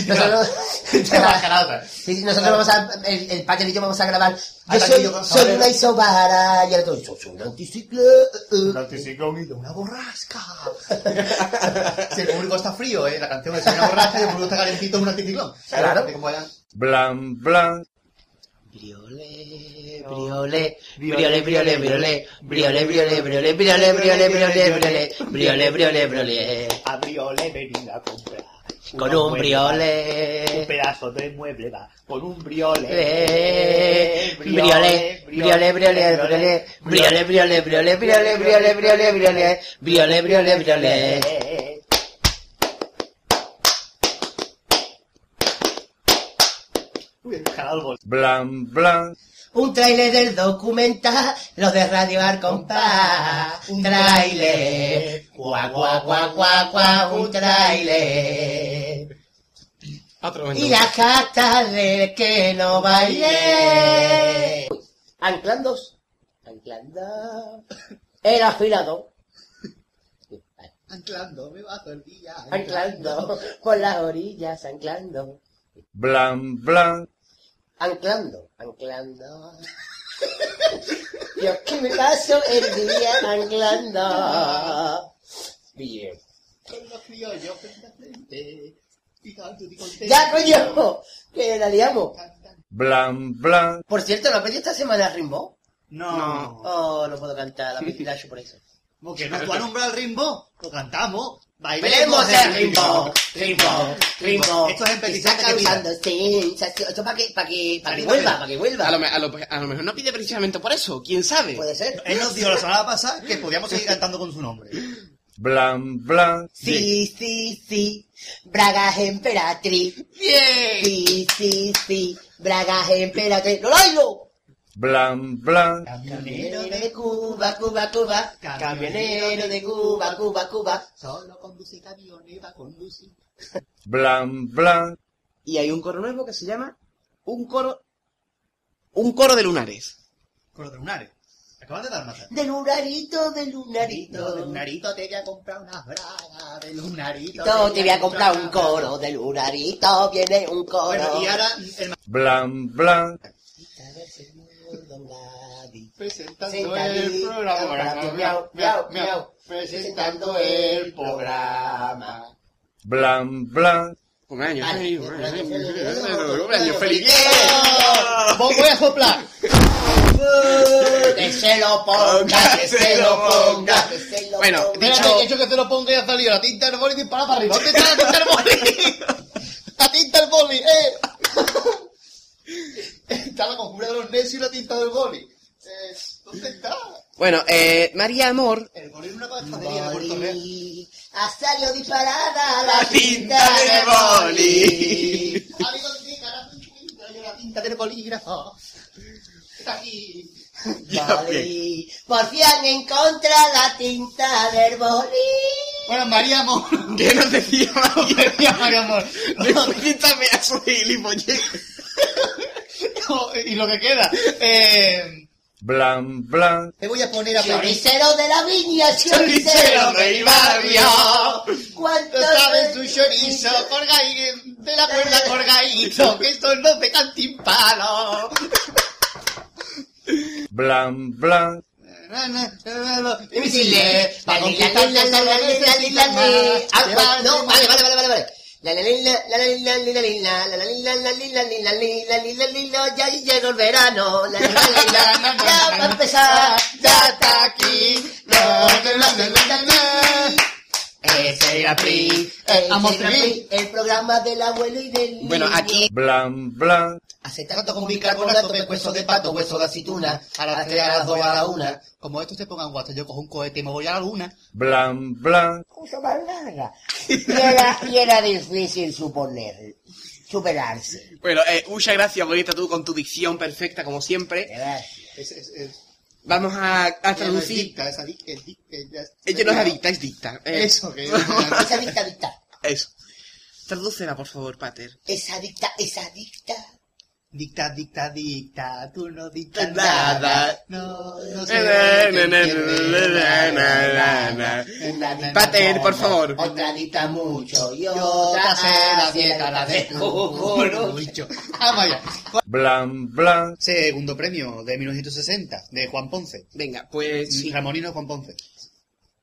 [SPEAKER 4] Nosotros-
[SPEAKER 22] Te baja la otra.
[SPEAKER 4] Sí, sí, nosotros vamos a, el, el Pater y yo vamos a grabar. Yo
[SPEAKER 22] Ah,
[SPEAKER 4] soy,
[SPEAKER 22] tranquilo,
[SPEAKER 4] soy
[SPEAKER 22] cabrera.
[SPEAKER 4] una isobara y el otro, yo soy un anticiclo. Un
[SPEAKER 22] anticiclo y una borrasca. Si el público está frío, ¿eh? la canción es una borracha y el público está calentito, un anticiclón.
[SPEAKER 4] Claro.
[SPEAKER 22] Como era-
[SPEAKER 5] Blan, blan.
[SPEAKER 4] Briole, briole, briole, briole, briole, briole, briole, briole, briole, briole, briole, briole, briole, briole,
[SPEAKER 22] A Briole venir a comprar.
[SPEAKER 4] con un
[SPEAKER 22] Un
[SPEAKER 4] briole.
[SPEAKER 22] pedazo de mueble va. Con un briole.
[SPEAKER 4] Briole, briole, Eh, briole, briole, briole, briole, briole, briole, briole, briole, briole, briole, briole, briole, briole.
[SPEAKER 22] Uy, he jalado el bol.
[SPEAKER 5] Blan, blan.
[SPEAKER 4] Un tráiler del documental, los de Radio Al Compás. Un tráiler, Eh, guau, guau, guau, guau, guau, un tráiler. Y las cartas de que no bailé. Anclandos. Anclando. El afilador.
[SPEAKER 22] Anclando, me bajo el día.
[SPEAKER 4] Anclando. Por las orillas, anclando.
[SPEAKER 5] Blan, blan.
[SPEAKER 4] Anclando, anclando. Yo que me paso el día anclando. Bien.
[SPEAKER 1] Con los criollos frente a frente. Fijando y contento.
[SPEAKER 4] ¡Ya, coño! ¡Que la liamos!
[SPEAKER 5] Blan, blan.
[SPEAKER 4] Por cierto, ¿la peli esta semana rimbó?
[SPEAKER 1] No.
[SPEAKER 4] Oh, no puedo cantar, la peli la yo por eso.
[SPEAKER 1] Como que no tú alumbras el ritmo, lo cantamos.
[SPEAKER 4] Bailemos el ritmo, ritmo, ritmo.
[SPEAKER 1] Esto es en
[SPEAKER 4] Está
[SPEAKER 1] Petizante que
[SPEAKER 4] causando
[SPEAKER 1] pida.
[SPEAKER 4] sensación. este, Esto para que, para que, para que
[SPEAKER 2] Ahorita
[SPEAKER 4] vuelva,
[SPEAKER 2] me-
[SPEAKER 4] para que vuelva.
[SPEAKER 2] A lo, me- a lo- a lo mejor no pide precisamente por eso, quién sabe.
[SPEAKER 4] Puede ser.
[SPEAKER 1] Él nos dio la semana pasada que podíamos seguir cantando con su nombre.
[SPEAKER 5] Blan, blan.
[SPEAKER 4] Sí, sí, sí, bragas emperatriz.
[SPEAKER 2] Bien.
[SPEAKER 4] Sí, sí, sí, bragas emperatriz. ¡Lo bailo!
[SPEAKER 5] Blan, blan.
[SPEAKER 4] Camionero de Cuba, Cuba, Cuba. Camionero de Cuba, Cuba, Cuba.
[SPEAKER 1] Solo conduce camiones, va a conducir.
[SPEAKER 5] Blan, blan.
[SPEAKER 2] Y hay un coro nuevo que se llama Un coro. Un coro de lunares.
[SPEAKER 1] Con los lunares. Acabas de dar mata.
[SPEAKER 4] De lunarito, de lunarito.
[SPEAKER 1] De lunarito te voy a comprar unas bragas. De lunarito.
[SPEAKER 4] Yo te voy a comprar un coro de lunarito, viene un coro.
[SPEAKER 1] Bueno, y ahora el
[SPEAKER 5] Blan, blan.
[SPEAKER 1] Presentando el programa. Miau, miau, miau. Presentando el programa.
[SPEAKER 5] Blan, blan.
[SPEAKER 2] Cumpleaños.
[SPEAKER 1] Ay,
[SPEAKER 2] cumpleaños, cumpleaños, feliz.
[SPEAKER 4] Vos voy a soplar. Que se lo ponga, que se lo ponga, que se lo
[SPEAKER 2] Bueno,
[SPEAKER 4] ponga.
[SPEAKER 2] dicho-
[SPEAKER 27] Espérate, que yo que te lo ponga y ha salido la tinta del boli disparada para arriba. ¿Dónde está la tinta del boli? ¡La tinta del boli! ¡Eh! está la conjura de los necios y la tinta del boli. Eh, ¿Dónde está?
[SPEAKER 2] Bueno, eh, María Amor.
[SPEAKER 1] El boli en una pastelería de Puerto Real.
[SPEAKER 4] Ha salido disparada la
[SPEAKER 2] tinta de boli.
[SPEAKER 1] Amigo de mi cara, yo la tinta del bolígrafo. Está aquí.
[SPEAKER 4] Boli. Porfian en contra la tinta del boli.
[SPEAKER 1] Bueno, María Amor.
[SPEAKER 2] ¿Qué nos decía María?
[SPEAKER 1] María Amor.
[SPEAKER 2] Quítame a su gilipollez.
[SPEAKER 1] y lo que queda. Eh,
[SPEAKER 5] Blan, blan.
[SPEAKER 1] te voy a poner a pedir.
[SPEAKER 4] Choricero de la viña, choricero de mi barrio. ¿Cuánto
[SPEAKER 27] saben su chorizo? Colgaí de la cuerda colgadito, que esto no me cantimpalo.
[SPEAKER 5] Blan, blan.
[SPEAKER 4] Misiles, la lila, la la la la la la la. Ah, va- No, vale, vale, vale, vale, vale. La la lila, la la lila, lila, lila, la la lila, la lila, lila, lila, lila, lila, ya llegó el verano, la la la la, ya va a empezar, ya está aquí, la la la la la la. Ese era PRI,
[SPEAKER 1] Vamos,
[SPEAKER 4] ese era
[SPEAKER 1] PRI.
[SPEAKER 4] PRI, el programa del abuelo y del niño.
[SPEAKER 2] Bueno, aquí.
[SPEAKER 5] Blan, blan.
[SPEAKER 4] Acetato con bicarbonato de hueso de pato, hueso de aceituna, a las tres, a las dos, a la una.
[SPEAKER 1] Como estos se pongan guatos, yo cojo un cohete y me voy a la luna.
[SPEAKER 5] Blan, blan.
[SPEAKER 4] Puso más larga. Y era, y era difícil suponer, superarse.
[SPEAKER 2] Bueno, eh, muchas gracias, bonita tú, con tu dicción perfecta, como siempre.
[SPEAKER 1] Es, es, es.
[SPEAKER 2] Vamos a, a traducir.
[SPEAKER 1] Adicta, es adicta, es adicta.
[SPEAKER 2] Ella no es adicta, es dicta. Eh,
[SPEAKER 1] Eso, que
[SPEAKER 4] Es adicta, adicta.
[SPEAKER 2] Eso. Tradúcela, por favor, Pater.
[SPEAKER 4] Es adicta, es adicta.
[SPEAKER 1] Dicta, dicta, dicta, tú no dictas
[SPEAKER 2] Nada. Eh,
[SPEAKER 1] nada. No, no sé.
[SPEAKER 2] Pater, por favor.
[SPEAKER 4] Otra dicta mucho y
[SPEAKER 1] Ah,
[SPEAKER 4] otra hace dieta la de
[SPEAKER 1] Juro. Bicho. Ah, vaya.
[SPEAKER 5] Blan, blan.
[SPEAKER 1] Segundo premio de 1960, de Juan Ponce. Mm,
[SPEAKER 2] Venga, pues sí.
[SPEAKER 1] Ramonino Juan Ponce.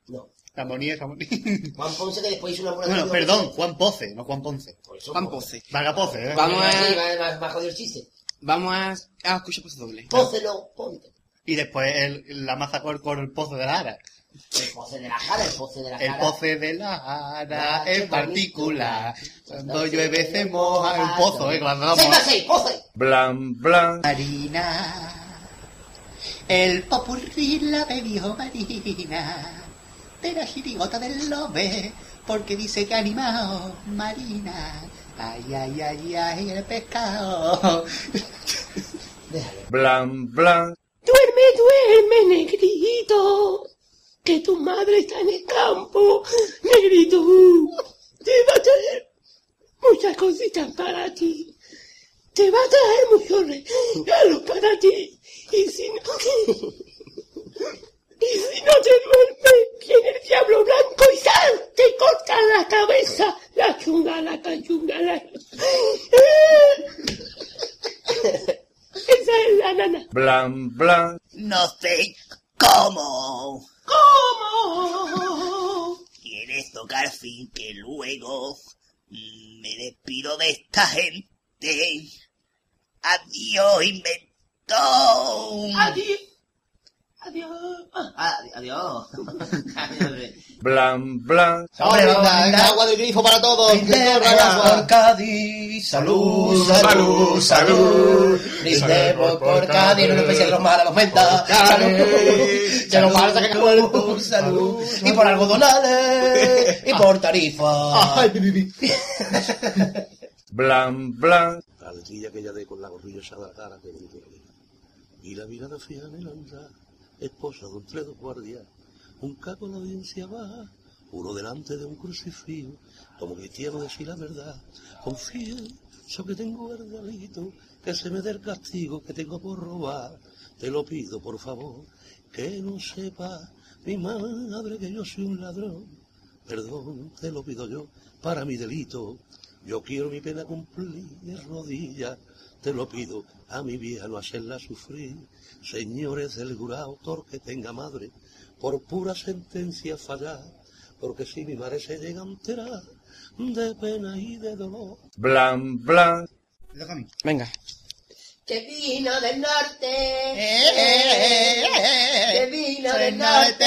[SPEAKER 4] No.
[SPEAKER 1] Ramonino Ramón.
[SPEAKER 4] Juan Ponce que después hizo una buena
[SPEAKER 1] bueno, perdón, Juan Poce, no Juan Ponce.
[SPEAKER 2] Juan Poce.
[SPEAKER 1] Vaga Poce, ¿eh?
[SPEAKER 2] Pues Vamos a,
[SPEAKER 4] Bajo del chiste.
[SPEAKER 2] vamos a, a escuchar pues doble.
[SPEAKER 4] Pócelo, ponte.
[SPEAKER 1] Y después el- la maza con con el Poce de la Ara.
[SPEAKER 4] El poce de la jara, el poce de la
[SPEAKER 1] El
[SPEAKER 4] jara.
[SPEAKER 1] pozo de la ara
[SPEAKER 4] Ah, qué
[SPEAKER 1] es
[SPEAKER 4] bonito.
[SPEAKER 1] partícula. Cuando llueve se moja el pozo, eh, cuando
[SPEAKER 4] ah, Seis
[SPEAKER 1] vamos.
[SPEAKER 4] más seis, poce.
[SPEAKER 5] Blan, blan.
[SPEAKER 1] Marina, el popurrí la bebió Marina, de la jirigota del lobe, porque dice que ha animado Marina. Ay, ay, ay, ay, el pescado.
[SPEAKER 5] Blan, blan.
[SPEAKER 7] Duerme, duerme, negrito, que tu madre está en el campo, negrito. Te va a traer muchas cositas para ti. Te va a traer muchos regalos para ti. Y si no... Y si no te duermes, viene el diablo blanco y sal, te corta la cabeza, la chunga, la cachunga, la...
[SPEAKER 3] banana.
[SPEAKER 5] blan, blan,
[SPEAKER 3] No sé cómo. ¿Cómo? ¿Quieres tocar fin que luego mm, me despido de esta gente? Adiós, inventón. Adiós. Ah,
[SPEAKER 1] Adiós.
[SPEAKER 3] adiós.
[SPEAKER 5] blan, blan.
[SPEAKER 1] Hombre, venga, venga, agua del grifo para todos. Brindemos por
[SPEAKER 4] Cádiz, salud, salud, salud. Brindemos por Cádiz, en una especie de los más a los ventas. Salud, ya los más sacan cuerpo, salud. Y por algodonales, y por tarifas.
[SPEAKER 5] Blan, blan,
[SPEAKER 10] La letrilla que ella de con la gorrilla esa de la cara que bonito que era. Y la mirada fija en el andar, esposa de un tres dos guardias, un caco en la audiencia baja, uno delante de un crucifijo, como que quiero decir la verdad, confío, yo que tengo el delito, que se me dé el castigo que tengo por robar, te lo pido por favor, que no sepa mi madre que yo soy un ladrón, perdón, te lo pido yo, para mi delito, yo quiero mi pena cumplir de rodillas, te lo pido a mi vieja no hacerla sufrir. Señores del jurado, autor que tenga madre, por pura sentencia fallar, porque si mi madre se llega a enterar de pena y de dolor.
[SPEAKER 5] blan, blan.
[SPEAKER 28] Venga.
[SPEAKER 29] Que vino del norte.
[SPEAKER 3] eh,
[SPEAKER 29] que vino del
[SPEAKER 3] norte.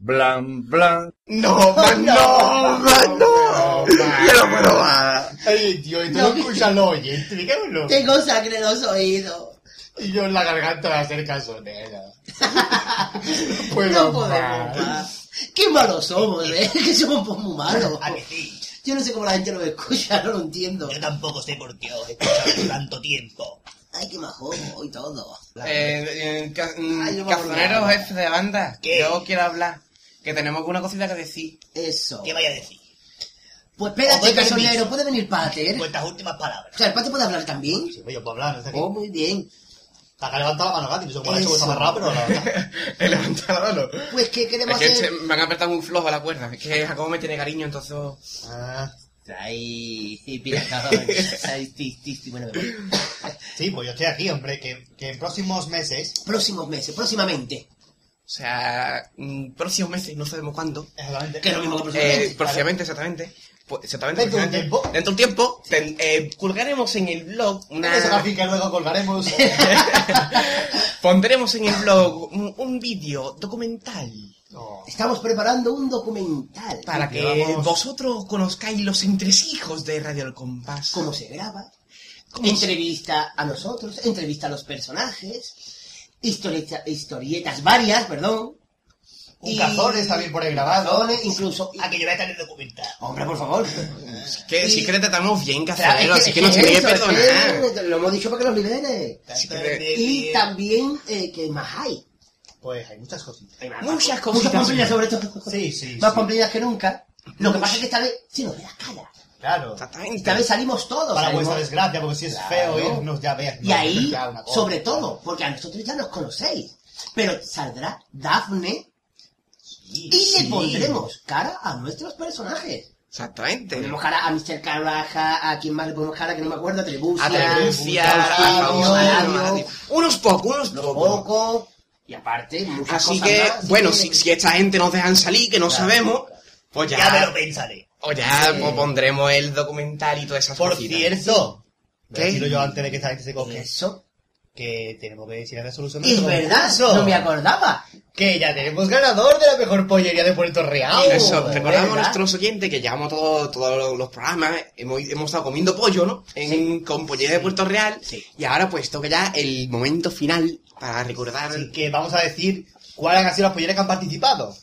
[SPEAKER 5] Blan, blan.
[SPEAKER 2] No, man, no, man, no. Yo no puedo más.
[SPEAKER 7] Ay, tío, y tú no escuchas los oyentes, digámoslo.
[SPEAKER 4] Tengo sangre en los oídos.
[SPEAKER 7] Y yo en la garganta voy a hacer calzonera. no
[SPEAKER 4] No
[SPEAKER 7] puedo
[SPEAKER 4] podemos
[SPEAKER 7] más.
[SPEAKER 4] más. Qué malos somos, ¿eh? Que somos pues, muy malos. Yo no sé cómo la gente nos escucha, no lo entiendo. Yo tampoco sé por qué os he escuchado tanto tiempo. Ay, qué majón, hoy todo.
[SPEAKER 2] Eh, eh, ca- mm,
[SPEAKER 4] Ay, yo me
[SPEAKER 2] Cazonero,
[SPEAKER 4] acordaba.
[SPEAKER 2] jefe de banda. Yo quiero hablar. Que tenemos alguna cosita que decir.
[SPEAKER 4] Eso.
[SPEAKER 2] ¿Qué vaya a decir?
[SPEAKER 4] Pues
[SPEAKER 2] Os doy
[SPEAKER 4] espérate,
[SPEAKER 2] permiso.
[SPEAKER 4] casonero, ¿puede venir Pater? Vuestras últimas palabras. O sea, ¿el Pater puede hablar también?
[SPEAKER 7] Sí, pues yo puedo hablar, no sé qué.
[SPEAKER 4] Oh, muy bien.
[SPEAKER 7] Acá levanta la mano, Gati, no sé cómo la he hecho,
[SPEAKER 4] Eso.
[SPEAKER 7] está amarrado, pero la verdad.
[SPEAKER 2] Levanta la mano.
[SPEAKER 4] Pues, ¿qué
[SPEAKER 2] Es
[SPEAKER 4] queremos
[SPEAKER 2] que
[SPEAKER 4] hacer?
[SPEAKER 2] este- me han apretado muy flojo la cuerda. Es que Jacobo me tiene cariño, entonces.
[SPEAKER 1] Ah.
[SPEAKER 4] Ay, sí, pirata. Ay, sí, sí, sí, bueno, me voy.
[SPEAKER 1] Sí, pues yo estoy aquí, hombre, que, que en próximos meses...
[SPEAKER 4] Próximos meses, próximamente.
[SPEAKER 2] O sea, mm, próximos meses, no sabemos cuándo.
[SPEAKER 1] Exactamente.
[SPEAKER 4] Que es lo mismo que
[SPEAKER 2] Eh,
[SPEAKER 4] próximamente.
[SPEAKER 2] próximamente, exactamente. Pues, exactamente. Dentro de un tiempo. Dentro de un tiempo. ten- eh, colgaremos en el blog una.
[SPEAKER 7] Esa gráfica luego colgaremos.
[SPEAKER 2] Pondremos en el blog un, un vídeo documental. Oh.
[SPEAKER 4] Estamos preparando un documental.
[SPEAKER 2] Para que vosotros conozcáis los entresijos de Radio El Compás.
[SPEAKER 4] ¿Cómo se graba? Entrevista a nosotros, entrevista a los personajes, historieta- historietas varias, perdón.
[SPEAKER 1] Un cazones también por ahí grabado.
[SPEAKER 4] Cazones, incluso.
[SPEAKER 1] A que yo voy a tener documental.
[SPEAKER 4] Hombre, por favor.
[SPEAKER 2] Que, Si que te tratamos bien,
[SPEAKER 4] O
[SPEAKER 1] Ah,
[SPEAKER 4] sea,
[SPEAKER 2] cazadero,
[SPEAKER 4] es que-
[SPEAKER 2] así que
[SPEAKER 4] es
[SPEAKER 2] no
[SPEAKER 4] que
[SPEAKER 2] se me
[SPEAKER 4] eso, es
[SPEAKER 2] perdona.
[SPEAKER 4] que Lo hemos dicho para que los libere. Y también, eh, ¿qué más hay?
[SPEAKER 1] Pues hay muchas cositas.
[SPEAKER 4] Muchas cositas. Muchas sobre todo.
[SPEAKER 1] Sí, sí.
[SPEAKER 4] Más
[SPEAKER 1] sí.
[SPEAKER 4] complejas que nunca. Lo que pasa es que esta vez sí nos ve la cara.
[SPEAKER 1] Claro.
[SPEAKER 4] Esta vez salimos todos.
[SPEAKER 1] Para
[SPEAKER 4] salimos-
[SPEAKER 1] vuestra desgracia, porque si es
[SPEAKER 4] Claro.
[SPEAKER 1] feo irnos ya veas.
[SPEAKER 4] Y ahí, sobre todo, porque a nosotros ya nos conocéis. Pero saldrá Dafne y le
[SPEAKER 2] sí.
[SPEAKER 4] pondremos cara a nuestros personajes.
[SPEAKER 2] Exactamente.
[SPEAKER 4] Ponemos cara a Mr. Carvaja, a quien más le ponemos cara que no me acuerdo, a Trebucia,
[SPEAKER 2] A Trebucia, a
[SPEAKER 4] Fabio,
[SPEAKER 2] Fabio,
[SPEAKER 4] Fabio,
[SPEAKER 2] a- Unos pocos, unos
[SPEAKER 4] pocos. Y aparte, muchas
[SPEAKER 2] Así
[SPEAKER 4] cosas
[SPEAKER 2] que,
[SPEAKER 4] más, si
[SPEAKER 2] bueno,
[SPEAKER 4] quieren.
[SPEAKER 2] si, si esta gente nos dejan salir, que no sabemos, pues ya.
[SPEAKER 1] Ya me lo pensaré.
[SPEAKER 2] O ya
[SPEAKER 1] Sí.
[SPEAKER 2] pues, pondremos el documental y todas esas
[SPEAKER 1] Por
[SPEAKER 2] cositas.
[SPEAKER 1] cierto,
[SPEAKER 2] ¿Qué?
[SPEAKER 1] decirlo yo antes de que esta gente se coge.
[SPEAKER 4] Eso.
[SPEAKER 1] Que tenemos que decir la resolución.
[SPEAKER 4] Es verdad, no me acordaba.
[SPEAKER 1] Que ya tenemos ganador de la mejor pollería de Puerto Real.
[SPEAKER 2] Eso, recordamos a nuestros oyentes que llevamos todo- todos los programas, hemos, hemos estado comiendo pollo, ¿no? En, Con pollería de Puerto Real. Y ahora pues toca ya el momento final para recordar...
[SPEAKER 1] Así que vamos a decir cuáles han sido las pollerías que han participado.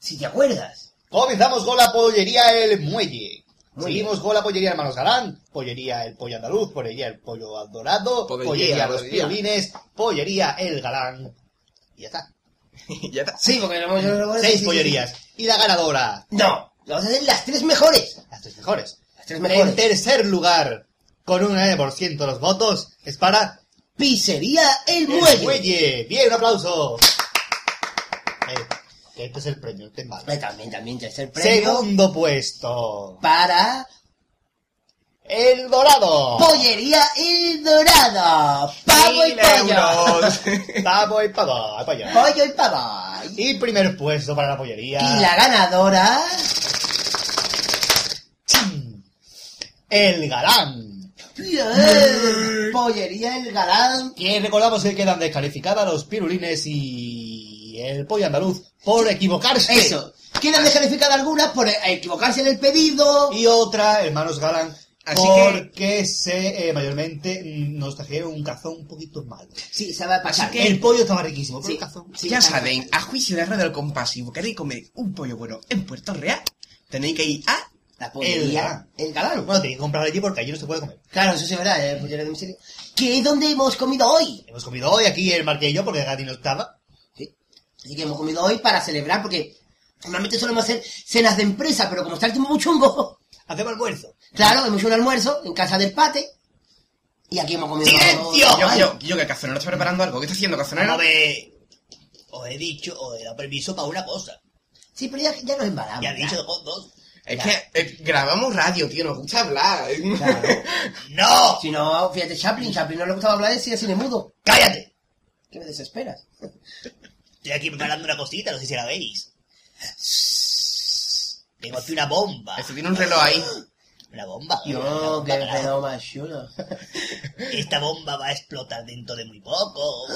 [SPEAKER 4] Si te acuerdas.
[SPEAKER 1] Comenzamos con la pollería El Muelle.
[SPEAKER 4] Muy
[SPEAKER 1] Seguimos con la pollería Hermanos Galán, pollería El Pollo Andaluz, pollería El Pollo Adorado, pollería, Los
[SPEAKER 2] pollería.
[SPEAKER 1] Violines, pollería El Galán. Y ya está.
[SPEAKER 2] ya está.
[SPEAKER 4] Sí, porque lo hemos...
[SPEAKER 1] Seis pollerías. Y la ganadora.
[SPEAKER 4] No, vamos a hacer las tres mejores.
[SPEAKER 1] Las tres mejores.
[SPEAKER 4] Las tres mejores.
[SPEAKER 1] En tercer lugar, con un 9% de los votos, es para
[SPEAKER 4] Pizzería El Muelle.
[SPEAKER 1] Muelle. Bien, un aplauso. Eh, que este es el premio, este es malo.
[SPEAKER 4] También, también tercer premio
[SPEAKER 1] Segundo puesto.
[SPEAKER 4] para El Dorado.
[SPEAKER 1] Pollería El Dorado. Ah, Pavo y
[SPEAKER 4] Mil
[SPEAKER 1] pollo.
[SPEAKER 4] euros.
[SPEAKER 1] Pavo y pavo. Pollo. pollo y pavo. Y primer puesto para la pollería. Y la ganadora. ¡Chin! El galán. Bien. Pollería El Galán. Que recordamos que quedan descalificadas los pirulines y el pollo andaluz por equivocarse.
[SPEAKER 4] Eso.
[SPEAKER 1] Quedan descalificadas algunas por equivocarse en el pedido. Y otra, hermanos Galán.
[SPEAKER 4] Así
[SPEAKER 1] porque se eh, mayormente mm, nos trajeron un cazón un poquito malo.
[SPEAKER 4] Sí, se va a pasar.
[SPEAKER 1] El pollo estaba riquísimo, pero
[SPEAKER 4] Sí.
[SPEAKER 1] el cazón.
[SPEAKER 4] Sí,
[SPEAKER 2] ya
[SPEAKER 4] está
[SPEAKER 2] saben, a juicio de Radio del Compasivo, queréis comer un pollo bueno en Puerto Real, tenéis que ir a
[SPEAKER 4] la
[SPEAKER 1] El
[SPEAKER 4] pollería.
[SPEAKER 1] galán. El galán. Bueno, tenéis que comprar allí porque allí no se puede comer.
[SPEAKER 4] Claro, eso sí es verdad, eh, pollería de misterio. ¿Qué es donde hemos comido hoy?
[SPEAKER 1] Hemos comido hoy aquí el Marqués y yo porque Gadi no estaba.
[SPEAKER 4] Así que hemos comido hoy para celebrar, porque normalmente solemos hacer cenas de empresa, pero como está el tiempo muy chungo.
[SPEAKER 1] Hacemos almuerzo.
[SPEAKER 4] Claro, hemos hecho un almuerzo en casa del pate. Y aquí hemos comido.
[SPEAKER 2] Yo,
[SPEAKER 4] Ay,
[SPEAKER 2] yo, yo que el Cafonero está preparando algo, ¿qué está haciendo Cafonero?
[SPEAKER 1] Vamos a ver. Os he dicho, os he dado permiso para una cosa.
[SPEAKER 4] Sí, pero ya, ya nos embalamos.
[SPEAKER 1] Ya he dicho
[SPEAKER 4] ya.
[SPEAKER 1] dos, dos.
[SPEAKER 2] Es que eh, grabamos radio, tío, nos gusta hablar.
[SPEAKER 1] ¡No!
[SPEAKER 4] Si no, fíjate, Chaplin, Chaplin no le gustaba hablar de cine cine mudo.
[SPEAKER 1] ¡Cállate!
[SPEAKER 4] ¿Qué me desesperas?
[SPEAKER 1] Estoy aquí preparando una cosita, no sé si la veis. Tengo aquí una bomba.
[SPEAKER 2] Eso tiene un reloj ahí.
[SPEAKER 1] Una bomba.
[SPEAKER 4] No, que pedo más chulo.
[SPEAKER 1] Esta bomba va a explotar dentro de muy poco.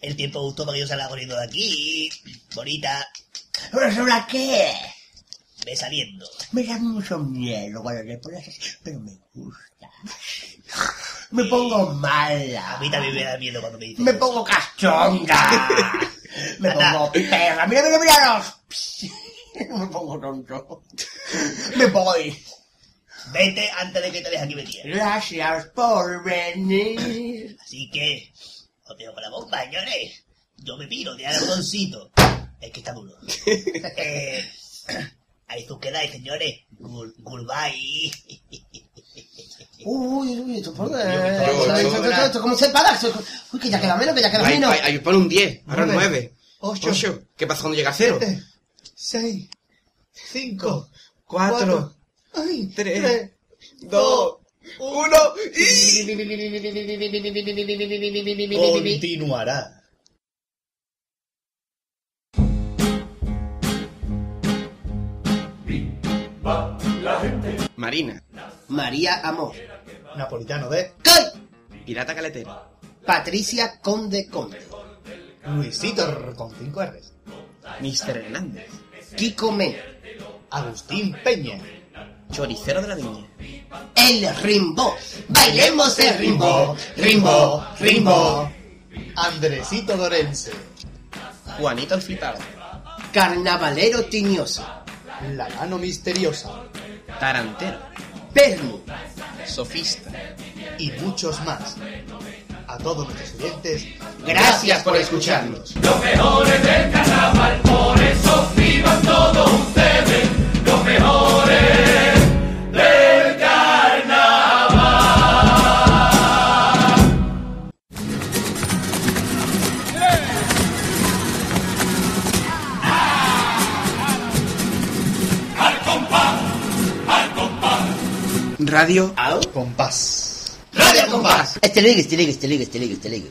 [SPEAKER 1] El tiempo justo para que yo salga corriendo de aquí. Bonita,
[SPEAKER 4] ¿Sobre qué?
[SPEAKER 1] ve saliendo.
[SPEAKER 4] Me da mucho miedo cuando le pones así, pero me gusta. Me pongo mala.
[SPEAKER 1] A mí también me da miedo cuando me dicen.
[SPEAKER 4] Me pongo cachonga. Me pongo perra. Mira, mira, mira. no. Me pongo tonto. Me voy.
[SPEAKER 1] Vete antes de que te deje aquí metida.
[SPEAKER 4] Gracias por venir.
[SPEAKER 1] Así que, os dejo con la bomba, señores. Yo me piro de algodoncito. Es que está duro. eh, ahí tú quedáis, señores. Gur- Goodbye.
[SPEAKER 4] Uy, uy, esto por
[SPEAKER 2] yo-
[SPEAKER 4] esto, esto, esto, esto, ¿Cómo se paga? Esto- Uy, que ya queda menos, que ya queda
[SPEAKER 2] Ahí,
[SPEAKER 4] menos.
[SPEAKER 2] ahí, ahí pone un 10, ahora un
[SPEAKER 4] Nueve.
[SPEAKER 2] 9.
[SPEAKER 4] Ocho.
[SPEAKER 2] 8. ¿Qué pasa cuando llega a 0?
[SPEAKER 4] 6,
[SPEAKER 2] 5, 4, 3,
[SPEAKER 4] 2,
[SPEAKER 2] 1
[SPEAKER 4] y...
[SPEAKER 1] Continuará.
[SPEAKER 2] Marina,
[SPEAKER 4] María Amor.
[SPEAKER 1] Napolitano de
[SPEAKER 4] ¡Coy!
[SPEAKER 2] pirata caletera.
[SPEAKER 4] Patricia Conde Conde.
[SPEAKER 1] Luisito R- con 5 R's.
[SPEAKER 2] Mr. Hernández,
[SPEAKER 4] Kiko Men.
[SPEAKER 1] Agustín Peña.
[SPEAKER 2] choricero de la viña.
[SPEAKER 4] El Rimbo. Bailemos el Rimbo.
[SPEAKER 1] Rimbo, Rimbo. Andresito Lorenzo.
[SPEAKER 2] Juanito el flipado.
[SPEAKER 4] Carnavalero Tiñoso.
[SPEAKER 1] La mano misteriosa.
[SPEAKER 2] Tarantero,
[SPEAKER 4] Pernu.
[SPEAKER 2] sofista.
[SPEAKER 1] Y muchos más. A todos nuestros oyentes,
[SPEAKER 4] Gracias por escucharnos.
[SPEAKER 7] Los mejores del carnaval, por eso vivan todos ustedes, los mejores del carnaval. Al compás, al compás.
[SPEAKER 2] Radio
[SPEAKER 1] Compás.
[SPEAKER 4] Radio Compás. Este ligue, este ligue, este ligue, este ligue, este ligue.